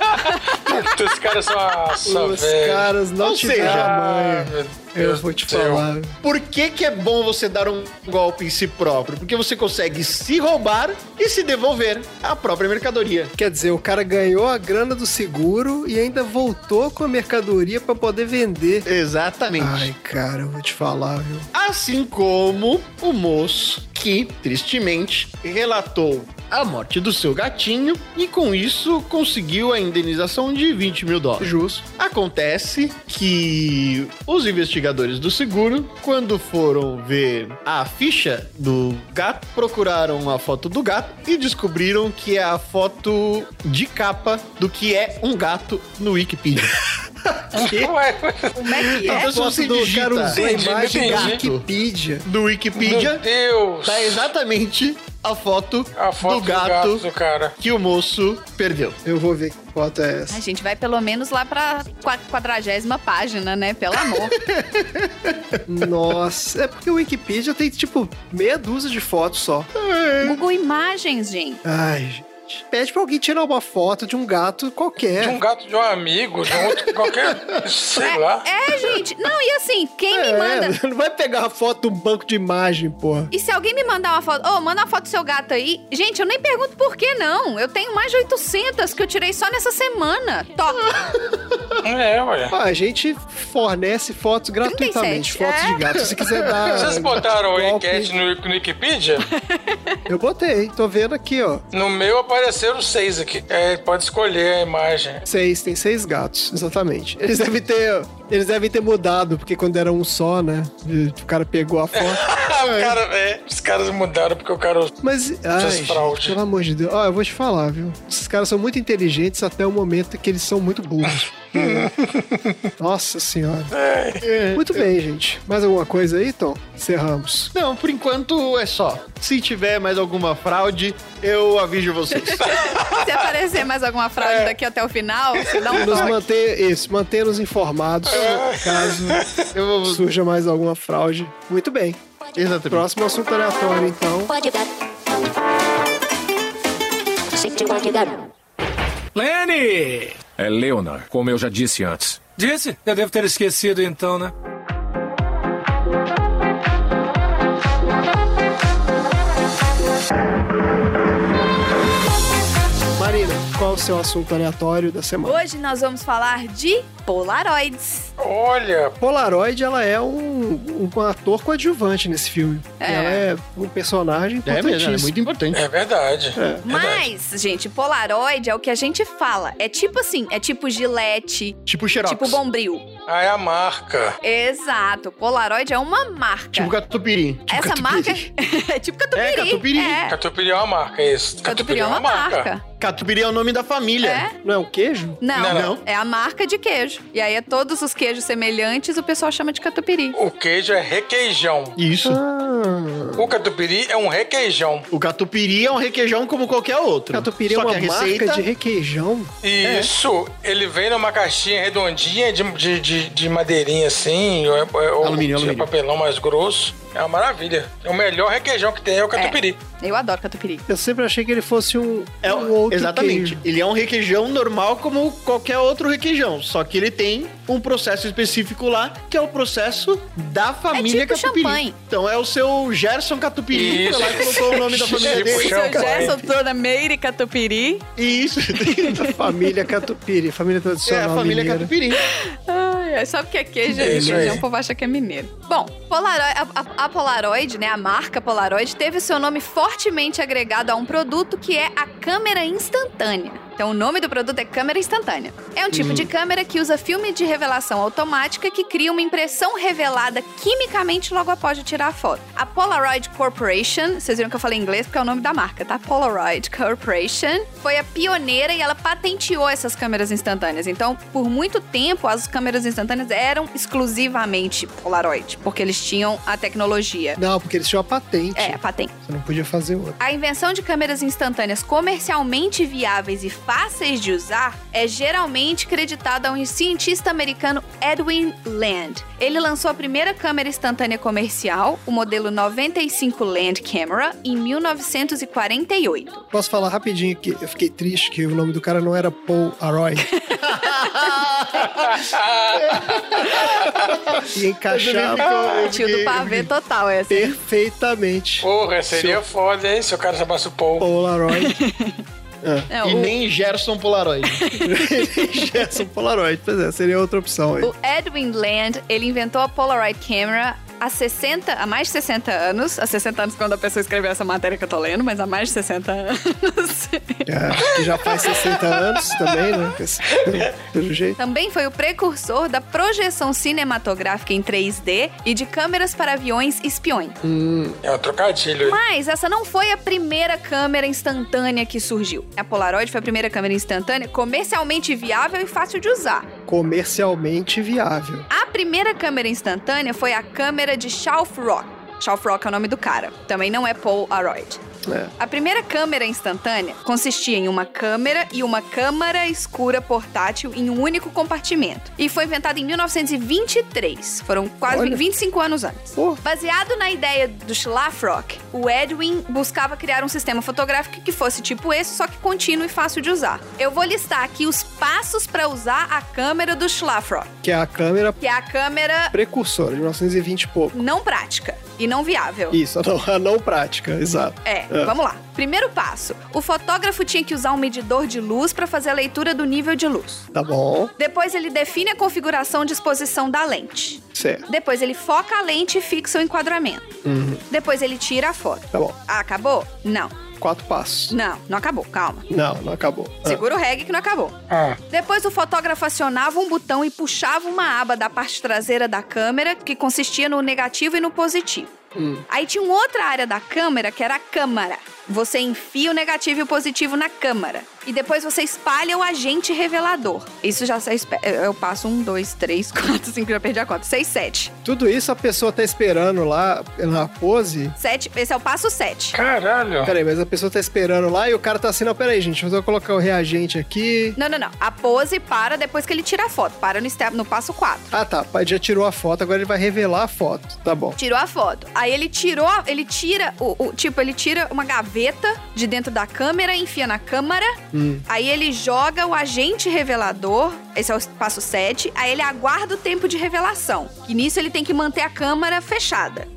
D: Os caras são Nossa,
C: os
D: velho.
C: caras não
A: Ou
C: tiveram
A: seja,
D: Ah,
C: manha.
D: meu
C: Eu
D: Deus
C: vou te
D: do céu.
C: falar.
A: Por que que é bom você dar um golpe em si próprio? Porque você consegue se roubar e se devolver a própria mercadoria.
C: Quer dizer, o cara ganhou a grana do seguro e ainda voltou com a mercadoria pra poder vender.
A: Exatamente.
C: Ai, cara, eu vou te falar, viu?
A: Assim como o moço que, tristemente, relatou a morte do seu gatinho e, com isso, conseguiu a indenização de 20 mil dólares.
C: Justo.
A: Acontece que os investigadores do seguro, quando foram ver a ficha do gato, procuraram a foto do gato e descobriram que é a foto de capa do que é um gato no Wikipedia.
D: Ué,
B: Como é que
A: Então,
B: é?
A: se você
C: do
A: digita
C: cara usou a
D: Entendi,
C: imagem da
A: entendi.
C: Wikipedia.
A: do
D: meu
A: Wikipedia,
D: Deus.
A: tá exatamente a foto,
D: A
A: do
D: foto
A: gato
D: do cara.
A: que o moço perdeu.
C: Eu vou ver que foto é essa.
B: A gente vai pelo menos lá pra qua- quadragésima página, né? Pelo amor.
C: Nossa, é porque o Wikipedia tem tipo meia dúzia de fotos só.
B: Google Imagens, gente.
C: Ai, gente. Pede pra alguém tirar uma foto de um gato
D: De
C: qualquer.
D: um gato de um amigo, de um outro qualquer. Sei lá.
B: É, gente. Não, e assim, quem me manda...
C: É, não vai pegar a foto de um banco de imagem, porra.
B: E se alguém me mandar uma foto, ô, manda uma foto do seu gato aí. Gente, eu nem pergunto por que não. Eu tenho mais de 800 que eu tirei só nessa semana. Top.
D: É, ué.
C: Ah, a gente fornece fotos gratuitamente,
B: 37,
C: fotos
B: é.
C: de gato. Se você quiser dar.
D: Vocês botaram a
C: golpe-
D: enquete né? no, no Wikipedia?
C: Eu botei, tô vendo aqui, ó.
D: No meu apareceram seis aqui. É, pode escolher a imagem.
C: Seis, tem seis gatos, exatamente. Eles devem ter. Eles devem ter mudado, porque quando era um só, né? O cara pegou a foto.
D: Ah, o cara, é, os caras mudaram porque o cara.
C: Mas.
A: é
C: Ai,
D: Essas fraudes.
C: gente, pelo amor de Deus. Ó, eu vou te falar, viu? Esses caras são muito inteligentes até o momento que eles são muito burros. Nossa senhora.
A: É.
C: É, Muito bem, gente. Mais alguma coisa aí, Tom? Encerramos.
A: Não, por enquanto é só. Se tiver mais alguma fraude, eu aviso vocês.
B: Se aparecer mais alguma frase
A: É.
B: daqui até o final, se dá um
C: Nos
B: toque.
C: manter, isso, manter-nos informados caso
A: É. Eu vou...
C: surja mais alguma fraude. Muito bem.
A: Exatamente.
C: Próximo assunto aleatório, então.
I: What you got? Stick to what you got.
F: Lenny!
G: É Leonard, como eu já disse antes.
F: Disse? Eu devo ter esquecido então, né?
C: Marina, qual o seu assunto aleatório da semana?
B: Hoje nós vamos falar de Polaroids.
D: Olha,
C: Polaroid, ela é um, um ator coadjuvante nesse filme.
B: É.
C: Ela é um personagem
A: É mesmo, é
C: importantíssimo.
A: muito importante.
D: é verdade.
B: Mas, gente, Polaroid é o que a gente fala. É tipo assim, é tipo gilete,
A: Tipo xerox.
B: tipo bombril.
D: Ah, é a marca.
B: Exato, Polaroid é uma marca.
A: Tipo catupiry. Tipo
B: Essa marca é tipo catupiry.
A: É, catupiry.
B: É.
D: Catupiry é uma marca, é isso.
B: Catupiry é uma marca.
A: Catupiry é o nome da família.
B: É?
C: Não é um queijo?
B: Não,
D: Não,
B: é a marca de queijo. E aí, é todos os queijos semelhantes, o pessoal chama de catupiry.
D: O queijo é requeijão.
A: Isso.
C: Ah,
D: O catupiry é um requeijão.
A: O catupiry é um requeijão como qualquer outro.
C: catupiry é
A: Só
C: uma
A: que a receita...
C: marca de requeijão?
D: E isso, ele vem numa caixinha redondinha de, de, de, de madeirinha assim, ou, ou-
A: Alumínio,
D: de
A: alumínio.
D: papelão mais grosso. É uma maravilha. O melhor requeijão que tem é o catupiry.
B: Eu adoro catupiry.
C: Eu sempre achei que ele fosse um,
A: É
C: um outro
A: exatamente.
C: queijo.
A: Ele é um requeijão normal como qualquer outro requeijão, só que ele tem um processo específico lá, que é o processo da família
B: tipo
A: Catupiry.
B: champanhe.
A: Então é o seu Gerson Catupiry,
D: Isso.
A: foi lá e colocou o nome da família
D: Tipo
A: dele.
D: champanhe.
B: Seu Gerson, Dona Meire Catupiry.
A: Isso.
C: Família Catupiry, família
A: É a
C: tradicional
A: família
C: mineira.
A: Catupiry.
B: Ai, ai, sabe o que é queijo?
D: É
B: É
D: isso
B: queijo,
D: aí.
B: o povo acha que é mineiro. Bom, Polaroid, a, a- a Polaroid, né, a marca Polaroid, teve seu nome fortemente agregado a um produto que é a câmera instantânea. Então, o nome do produto é câmera instantânea. É um tipo
D: Uhum.
B: de câmera que usa filme de revelação automática que cria uma impressão revelada quimicamente logo após de tirar a foto. A Polaroid Corporation, vocês viram que eu falei em inglês porque é o nome da marca, tá? Polaroid Corporation foi a pioneira e ela patenteou essas câmeras instantâneas. Então, por muito tempo, as câmeras instantâneas eram exclusivamente Polaroid, porque eles tinham a tecnologia.
C: Não, porque eles tinham a patente.
B: É, a patente.
C: Você não podia fazer outra.
B: A invenção de câmeras instantâneas comercialmente viáveis e fáceis de usar é geralmente creditada a um cientista americano Edwin Land. Ele lançou a primeira câmera instantânea comercial, o modelo 95 Land Camera, em 1948.
C: Posso falar rapidinho que eu fiquei triste que o nome do cara não era Paul Aroy. e encaixava
B: Tio do pavê total essa.
C: perfeitamente
D: Porra, seria foda, hein? Se o cara chamasse o Paul.
C: Paul Aroy
B: É,
A: E
B: o,
A: nem Gerson Polaroid.
C: Gerson Polaroid. Pois é, seria outra opção aí.
B: o Edwin Land, ele inventou a Polaroid Camera há 60, há mais de 60 anos, há 60 anos quando a pessoa escreveu essa matéria que eu tô lendo, mas há mais de 60 anos.
C: É, que já faz 60 anos também, né? Pelo- Pelo jeito.
B: Também foi o precursor da projeção cinematográfica em 3D e de câmeras para aviões espiões.
D: É um trocadilho. hein?
B: Mas essa não foi a primeira câmera instantânea que surgiu. A Polaroid foi a primeira câmera instantânea comercialmente viável e fácil de usar.
C: Comercialmente viável.
B: A primeira câmera instantânea foi a câmera de Shelf Rock. Shelf Rock é o nome do cara. Também não é Polaroid.
C: né?
B: A primeira câmera instantânea consistia em uma câmera e uma câmara escura portátil em um único compartimento. E foi inventada em 1923. Foram quase
C: Olha.
B: 25 anos antes.
C: Pô.
B: Baseado na ideia do Schlafrock, o Edwin buscava criar um sistema fotográfico que fosse tipo esse, só que contínuo e fácil de usar. Eu vou listar aqui os passos para usar a câmera do Schlafrock,
C: Que é a câmera
B: que é a câmera
C: precursora, de 1920 e pouco.
B: não prática e não viável.
C: Isso, a não, a não prática, exato.
B: É, vamos lá. Primeiro passo: o fotógrafo tinha que usar um medidor de luz para fazer a leitura do nível de luz.
C: Tá bom,
B: Depois ele define a configuração de exposição da lente.
C: certo.
B: Depois ele foca a lente e fixa o enquadramento. Depois ele tira a foto.
C: Uhum. Tá bom,
B: Ah, acabou? Não,
C: quatro passos.
B: não, não acabou, calma.
C: Não, não acabou. Ah,
B: Segura o reg que não acabou.
D: Ah,
B: Depois o fotógrafo acionava um botão e puxava uma aba da parte traseira da câmera, que consistia no negativo e no positivo. Aí tinha uma outra área da câmera que era a câmara. Você enfia o negativo e o positivo na câmara. E depois você espalha o agente revelador. Isso já é espe- eu eu passo um, dois, três, quatro, cinco, já perdi a conta. Seis, sete.
C: Tudo isso a pessoa tá esperando lá na pose.
B: Sete, esse é o passo sete.
D: caralho.
C: Peraí, mas a pessoa tá esperando lá e o cara tá assim, não, peraí, gente, eu vou colocar o reagente aqui.
B: Não, não, não. A pose para depois que ele tira a foto. Para no, step, no passo quatro.
C: Ah, tá, pai já tirou a foto, agora ele vai revelar a foto. Tá bom.
B: Tirou a foto. Aí ele tirou, a- ele tira o, o- tipo, ele tira uma gaveta de dentro da câmera, enfia na câmera. Aí ele joga o agente revelador, esse é o passo 7. Aí ele aguarda o tempo de revelação. E nisso ele tem que manter a câmera fechada,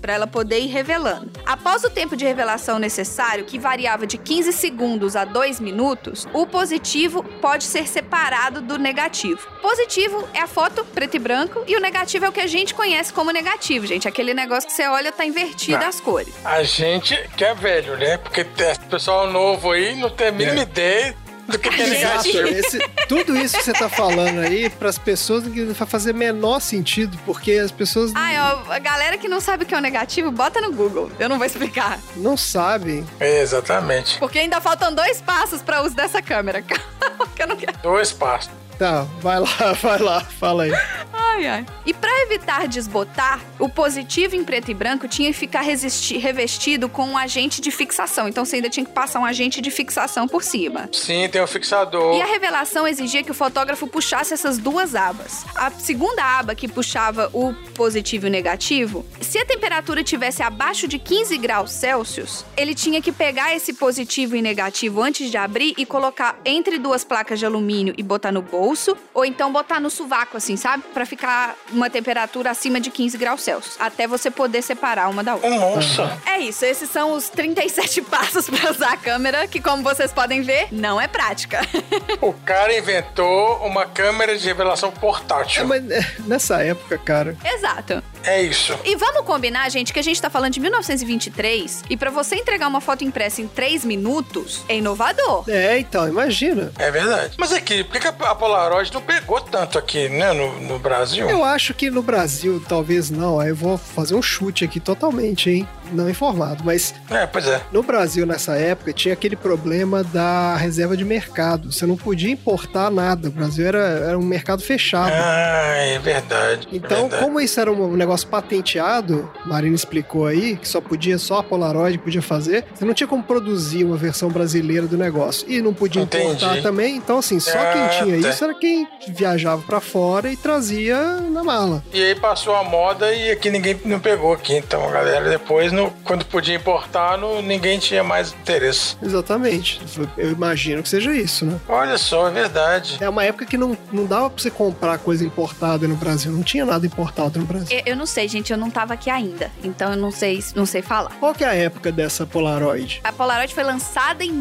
B: pra ela poder ir revelando. Após o tempo de revelação necessário, que variava de 15 segundos a 2 minutos, o positivo pode ser separado do negativo. Positivo é a foto preto e branco e o negativo é o que a gente conhece como negativo, gente. Aquele negócio que você olha tá invertido
D: Tá.
B: as cores.
D: A gente que é velho, né? Porque tem pessoal novo aí não tem a mínima
C: É.
D: ideia do que tem
C: Exato.
D: negativo.
C: Esse- tudo isso que você tá falando aí, pras pessoas, não vai fazer menor sentido, porque as pessoas
B: Ah, ó, a galera que não sabe o que é o negativo, bota no Google. Eu não vou explicar.
C: não sabem.
D: É, exatamente.
B: Porque ainda faltam dois passos pra uso dessa câmera. Calma, que eu não quero.
D: Dois passos.
C: Tá, vai lá, vai lá, fala aí.
B: Ai, ai. E pra evitar desbotar, o positivo em preto e branco tinha que ficar resisti- revestido com um agente de fixação. Então você ainda tinha que passar um agente de fixação por cima.
D: Sim, tem o fixador.
B: E a revelação exigia que o fotógrafo puxasse essas duas abas. A segunda aba, que puxava o positivo e o negativo, se a temperatura tivesse abaixo de 15 graus Celsius, ele tinha que pegar esse positivo e negativo antes de abrir e colocar entre duas placas de alumínio e botar no bolso, ou então botar no sovaco, assim, sabe? Pra ficar uma temperatura acima de 15 graus Celsius, até você poder separar uma da outra.
D: um Nossa,
B: É isso, esses são os 37 passos pra usar a câmera, que como vocês podem ver, não é prática.
D: o cara inventou uma câmera de revelação
C: É,
D: portátil.
C: mas é, nessa época, cara,
B: Exato.
D: É isso.
B: E vamos combinar, gente, que a gente tá falando de 1923 e pra você entregar uma foto impressa em 3 minutos é inovador.
C: É, então, imagina.
D: É verdade. Mas aqui, por que que a Polaroid não pegou tanto aqui, né, no, no Brasil?
C: Eu acho que no Brasil, talvez não. Aí eu vou fazer um chute aqui totalmente, hein? Não informado, mas
D: É, pois é.
C: no Brasil, nessa época, tinha aquele problema da reserva de mercado. Você não podia importar nada. O Brasil era, era um mercado fechado.
D: Ah, é verdade.
C: Então,
D: verdade.
C: como isso era um negócio patenteado, Marina explicou aí, que só podia, só a Polaroid podia fazer, você não tinha como produzir uma versão brasileira do negócio. E não podia
D: Entendi.
C: importar também, então assim, só quem
D: Ah,
C: tinha
D: tá.
C: isso era quem viajava pra fora e trazia na mala.
D: E aí passou a moda e aqui ninguém não pegou aqui. Então, a galera, depois, no- quando podia importar, no- ninguém tinha mais interesse.
C: Exatamente. Eu imagino que seja isso, né?
D: Olha só, é verdade.
C: É uma época que não, não dava pra você comprar coisa importada no Brasil. Não tinha nada importado no Brasil.
B: Eu, eu não sei, gente, eu não tava aqui ainda, então eu não sei, não sei falar.
C: Qual que é a época dessa Polaroid?
B: A Polaroid foi lançada em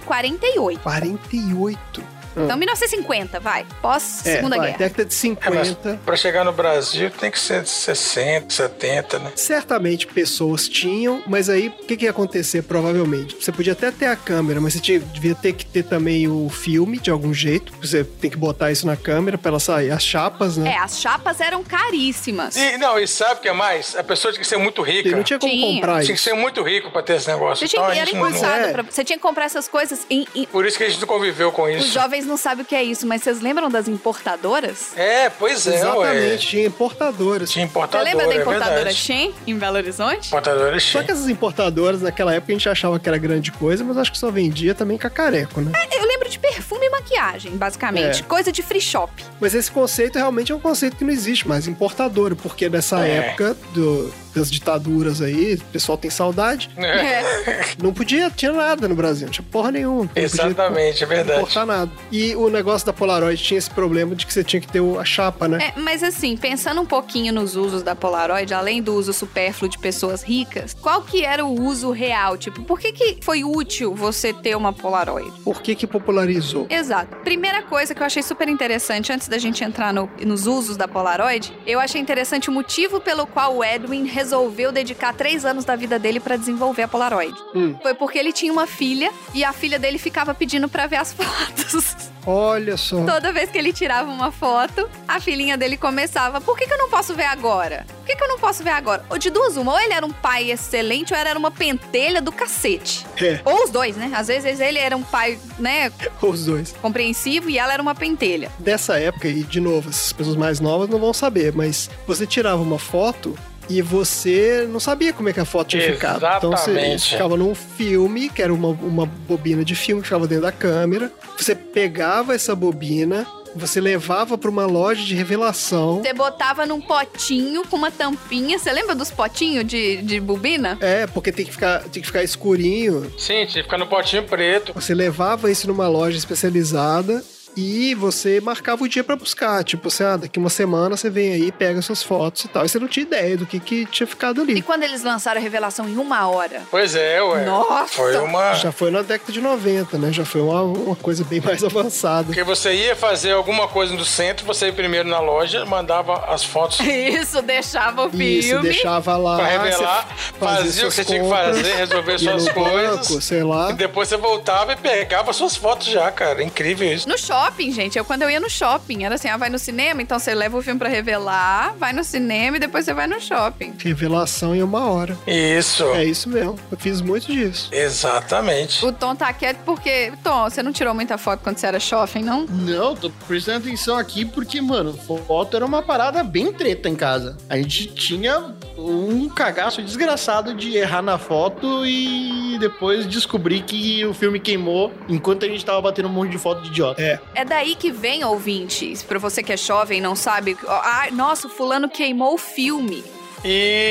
B: 1948.
C: 48.
B: Então 1950, vai. Pós
C: É,
B: Segunda
C: vai,
B: Guerra.
C: década de
D: Hum. É, mas
C: 50.
D: pra chegar no Brasil tem que ser de 60, 70, né?
C: Certamente pessoas tinham, mas aí o que, que ia acontecer provavelmente? Você podia até ter a câmera, mas você tinha- devia ter que ter também o filme de algum jeito. Você tem que botar isso na câmera pra ela sair. As chapas, né?
B: É, as chapas eram caríssimas.
D: E, não, e sabe o que é mais? A pessoa tinha que ser muito rica.
C: Não tinha como
B: É. Tinha.
C: comprar
D: Tinha que
C: isso.
D: ser muito rico pra ter esse negócio.
B: Você tinha,
D: Então, a
B: era
D: gente não-
B: embaçado.
C: é.
B: pra- você tinha que comprar essas coisas em. em-
D: Por isso que a gente não conviveu com
B: os
D: isso.
B: jovens não sabem o que é isso, mas vocês lembram das importadoras?
D: É, pois é, ué.
C: Exatamente, tinha importadoras.
D: Tinha
B: Você
D: importadora,
B: lembra da
D: é
B: importadora
D: verdade.
B: Shein, em Belo Horizonte?
D: Importadora
C: Só
D: Shein.
C: que essas importadoras naquela época a gente achava que era grande coisa, mas acho que só vendia também cacareco, né?
B: É, Eu lembro de perfume e maquiagem, basicamente.
C: É.
B: Coisa de free shop.
C: Mas esse conceito realmente é um conceito que não existe mais, importadora, porque nessa
D: É.
C: época do- das ditaduras aí, o pessoal tem saudade,
D: É,
C: não podia, tinha nada no Brasil, não tinha porra nenhuma. não
D: Exatamente,
C: Podia
D: é verdade.
C: importar nada. E o negócio da Polaroid tinha esse problema de que você tinha que ter o- a chapa, né?
B: É, mas assim, pensando um pouquinho nos usos da Polaroid, além do uso supérfluo de pessoas ricas, qual que era o uso real? Tipo, por que, que foi útil você ter uma Polaroid?
C: Por que que popularizou?
B: Exato. Primeira coisa que eu achei super interessante, antes da gente entrar no- nos usos da Polaroid, eu achei interessante o motivo pelo qual o Edwin resolveu dedicar três anos da vida dele pra desenvolver a Polaroid.
C: Hum.
B: Foi porque ele tinha uma filha e a filha dele ficava pedindo pra ver as fotos.
C: Olha só.
B: Toda vez que ele tirava uma foto, a filhinha dele começava: por que, que eu não posso ver agora? Por que, que eu não posso ver agora? Ou de duas, uma, ou ele era um pai excelente, ou era uma pentelha do cacete.
C: É,
B: Ou os dois, né? Às vezes ele era um pai, né,
C: os dois.
B: compreensivo e ela era uma pentelha.
C: dessa época, e de novo, as pessoas mais novas não vão saber, mas você tirava uma foto e você não sabia como é que a foto tinha ficado. Então você
D: Exatamente.
C: ficava num filme, que era uma, uma bobina de filme que ficava dentro da câmera. Você pegava essa bobina, você levava pra uma loja de revelação.
B: Você botava num potinho com uma tampinha. Você lembra dos potinhos de, de bobina?
C: É, porque tem que ficar, tem que ficar escurinho.
D: Sim, tinha que ficar no potinho preto.
C: Você levava isso numa loja especializada e você marcava o dia pra buscar. Tipo, você, ah, daqui uma semana você vem aí, pega suas fotos e tal. E você não tinha ideia do que, que tinha
B: E
C: ficado ali.
B: quando eles lançaram a revelação em uma hora?
D: Pois é, ué.
B: Nossa!
D: Foi uma.
C: Já foi na década de 90, né? Já foi uma, uma coisa bem mais avançada.
D: Porque você ia fazer alguma coisa no centro, você ia primeiro na loja, mandava as fotos
B: Isso deixava o filme.
C: Isso, deixava lá.
D: pra revelar,
C: Ah, você
D: fazia o que
C: suas
D: você tinha que
C: compras,
D: fazer, resolver
C: ia
D: suas
C: no banco,
D: coisas.
C: sei lá.
D: E depois você voltava e pegava suas fotos já, cara. Incrível isso.
B: No shopping, gente, eu quando eu ia no shopping, era assim, ah, vai no cinema, então você leva o filme pra revelar, vai no cinema e depois você vai no shopping.
C: Revelação em uma hora.
D: Isso.
C: É isso mesmo. Eu fiz muito disso.
D: Exatamente.
B: O Tom tá quieto porque, Tom, você não tirou muita foto quando você era shopping, não?
A: Não, tô prestando atenção aqui porque, mano, foto era uma parada bem treta em casa. A gente tinha um cagaço desgraçado de errar na foto e depois descobrir que o filme queimou enquanto a gente tava batendo um monte de foto de idiota.
C: É.
B: É daí que vem, ouvintes, pra você que é jovem e não sabe, ó, ah, nossa, o fulano queimou o filme.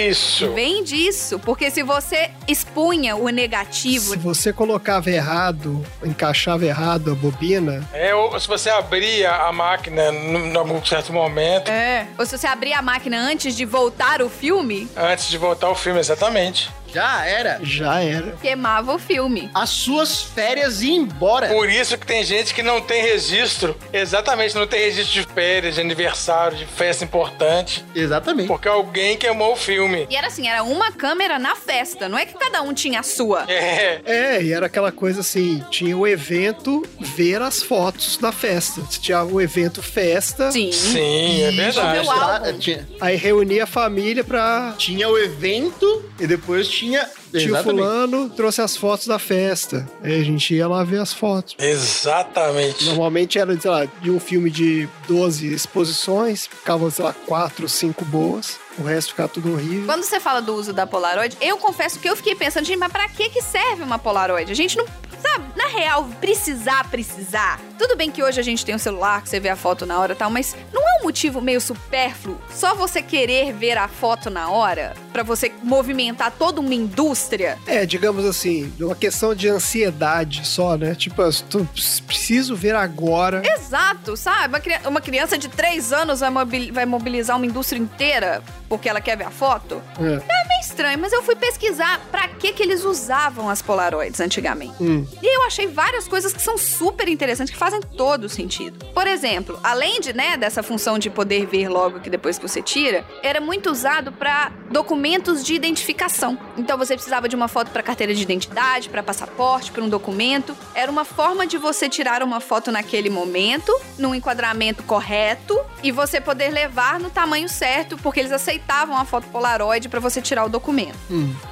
D: Isso.
B: Vem disso, porque se você expunha o negativo,
C: Se você colocava errado, encaixava errado a bobina,
D: É, ou se você abria a máquina num- em algum certo momento,
B: é. ou se você abrir a máquina antes de voltar o filme,
D: antes de voltar ao filme, exatamente.
A: Já era.
C: já era.
B: queimava o filme.
A: As suas férias iam embora.
D: Por isso que tem gente que não tem registro. Exatamente, não tem registro de férias, de aniversário, de festa importante.
A: Exatamente.
D: Porque alguém queimou o filme.
B: E era assim, era uma câmera na festa, não é que cada um tinha a sua.
D: É.
C: É, e era aquela coisa assim, tinha o evento ver as fotos da festa. Tinha o evento festa,
B: Sim.
D: Sim, é
A: E
D: verdade.
B: Meu
A: mostrar-
B: álbum.
A: tinha,
C: aí reunia a família pra...
A: tinha o evento e depois tinha.
C: Tio
A: Exatamente.
C: fulano trouxe as fotos da festa. Aí a gente ia lá ver as fotos.
D: Exatamente.
C: Normalmente era, sei lá, de um filme de 12 exposições, ficavam, sei lá, 4, 5 boas, o resto ficava tudo horrível.
B: Quando você fala do uso da Polaroid, eu confesso que eu fiquei pensando, gente, mas pra que que serve uma Polaroid? A gente não, sabe, na real, precisar, precisar. Tudo bem que hoje a gente tem um celular, que você vê a foto na hora e tal, mas não é um motivo meio supérfluo só você querer ver a foto na hora pra você movimentar toda uma indústria?
C: É, digamos assim, uma questão de ansiedade só, né? Tipo, eu tô- preciso ver agora.
B: Exato, sabe? Uma, cri- uma criança de 3 anos vai, mobili- vai mobilizar uma indústria inteira porque ela quer ver a foto?
C: É.
B: É meio estranho, mas eu fui pesquisar pra que que eles usavam as Polaroids antigamente.
C: Hum.
B: E eu achei várias coisas que são super interessantes, que fazem todo sentido. Por exemplo, além de, né, dessa função de poder ver logo que depois que você tira, era muito usado pra documentos de identificação. Então você precisava de uma foto pra carteira de identidade, pra passaporte, pra um documento. Era uma forma de você tirar uma foto naquele momento, num enquadramento correto e você poder levar no tamanho certo, porque eles aceitavam a foto Polaroid pra você tirar o documento.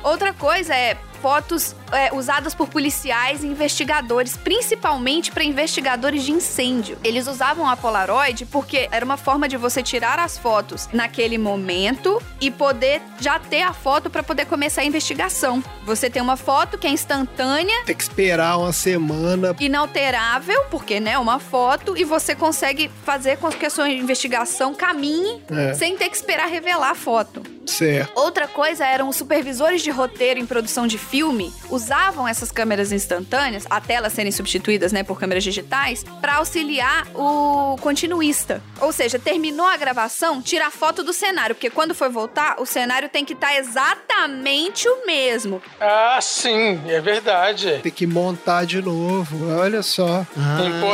B: Outra coisa é fotos é, usadas por policiais e investigadores, principalmente para investigadores de incêndio. Eles usavam a Polaroid porque era uma forma de você tirar as fotos naquele momento e poder já ter a foto para poder começar a investigação. Você tem uma foto que é instantânea
C: Tem que esperar uma semana.
B: inalterável, porque né, é uma foto e você consegue fazer com que a sua investigação caminhe
C: É,
B: sem ter que esperar revelar a foto.
C: certo.
B: Outra coisa eram os supervisores de roteiro em produção de filme usavam essas câmeras instantâneas, até elas serem substituídas, né, por câmeras digitais, para auxiliar o continuista. Ou seja, terminou a gravação, tira a foto do cenário, porque quando for voltar, o cenário tem que estar exatamente o mesmo.
D: Ah, sim, é verdade.
C: Tem que montar de novo. Olha só.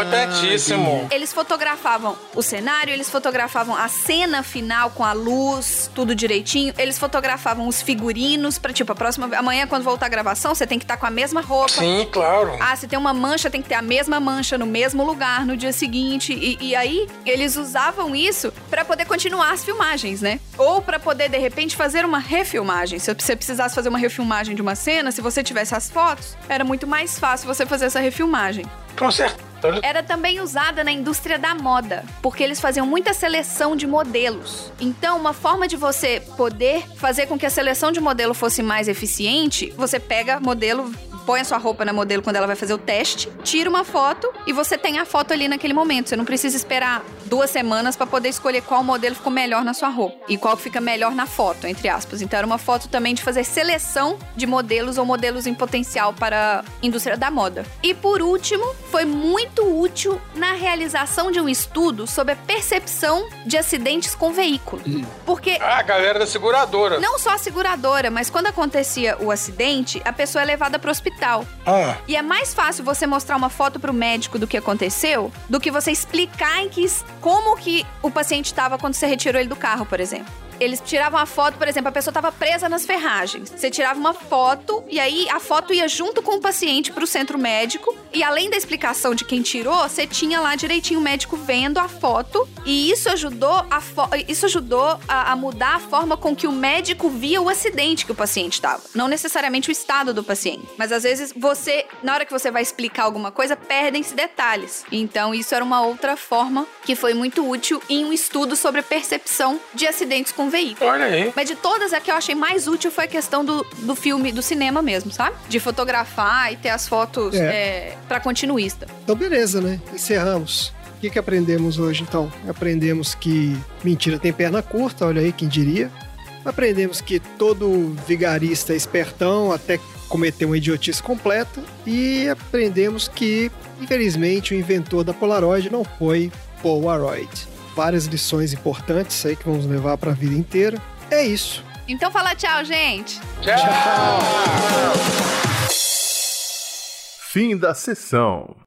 D: Importantíssimo.
B: Eles fotografavam o cenário, eles fotografavam a cena final com a luz, tudo direitinho. Eles fotografavam os figurinos para tipo a próxima amanhã quando voltar a gravação, você tem que estar com a mesma roupa.
D: Sim, claro.
B: Ah, se tem uma mancha, tem que ter a mesma mancha no mesmo lugar no dia seguinte. E, e aí, eles usavam isso pra poder continuar as filmagens, né? Ou pra poder, de repente, fazer uma refilmagem. Se você precisasse fazer uma refilmagem de uma cena, se você tivesse as fotos, era muito mais fácil você fazer essa refilmagem
D: Com certeza.
B: era também usada na indústria da moda, porque eles faziam muita seleção de modelos. Então, uma forma de você poder fazer com que a seleção de modelo fosse mais eficiente, você pega modelo, põe a sua roupa na modelo quando ela vai fazer o teste, tira uma foto e você tem a foto ali naquele momento. Você não precisa esperar duas semanas para poder escolher qual modelo ficou melhor na sua roupa e qual fica melhor na foto, entre aspas. Então, era uma foto também de fazer seleção de modelos ou modelos em potencial para a indústria da moda. E por último, foi muito útil na realização de um estudo sobre a percepção de acidentes com veículo. Porque
D: Ah, a galera da seguradora.
B: não só a seguradora, mas quando acontecia o acidente, a pessoa é levada para o hospital.
D: Ah,
B: E é mais fácil você mostrar uma foto pro médico do que aconteceu do que você explicar em que, como que o paciente estava quando você retirou ele do carro, por exemplo. Eles tiravam a foto, por exemplo, a pessoa estava presa nas ferragens. Você tirava uma foto e aí a foto ia junto com o paciente pro centro médico E além da explicação de quem tirou, você tinha lá direitinho o médico vendo a foto. E isso ajudou a, fo- isso ajudou a, a mudar a forma com que o médico via o acidente que o paciente estava. Não necessariamente o estado do paciente. Mas às vezes você, na hora que você vai explicar alguma coisa, perdem-se detalhes. Então, isso era uma outra forma que foi muito útil em um estudo sobre a percepção de acidentes com veículos.
D: Olha aí.
B: Mas de todas, a que eu achei mais útil foi a questão do, do filme, do cinema mesmo, sabe? De fotografar e ter as fotos
C: É.
B: é, pra continuista.
C: Então, beleza, né? Encerramos. O que, que aprendemos hoje, então? Aprendemos que mentira tem perna curta, olha aí quem diria. Aprendemos que todo vigarista é espertão até cometer uma idiotice completa. E aprendemos que, infelizmente, o inventor da Polaroid não foi Paul Aroyd. Várias lições importantes aí que vamos levar para a vida inteira. É isso.
B: Então fala tchau, gente!
E: Fim da sessão.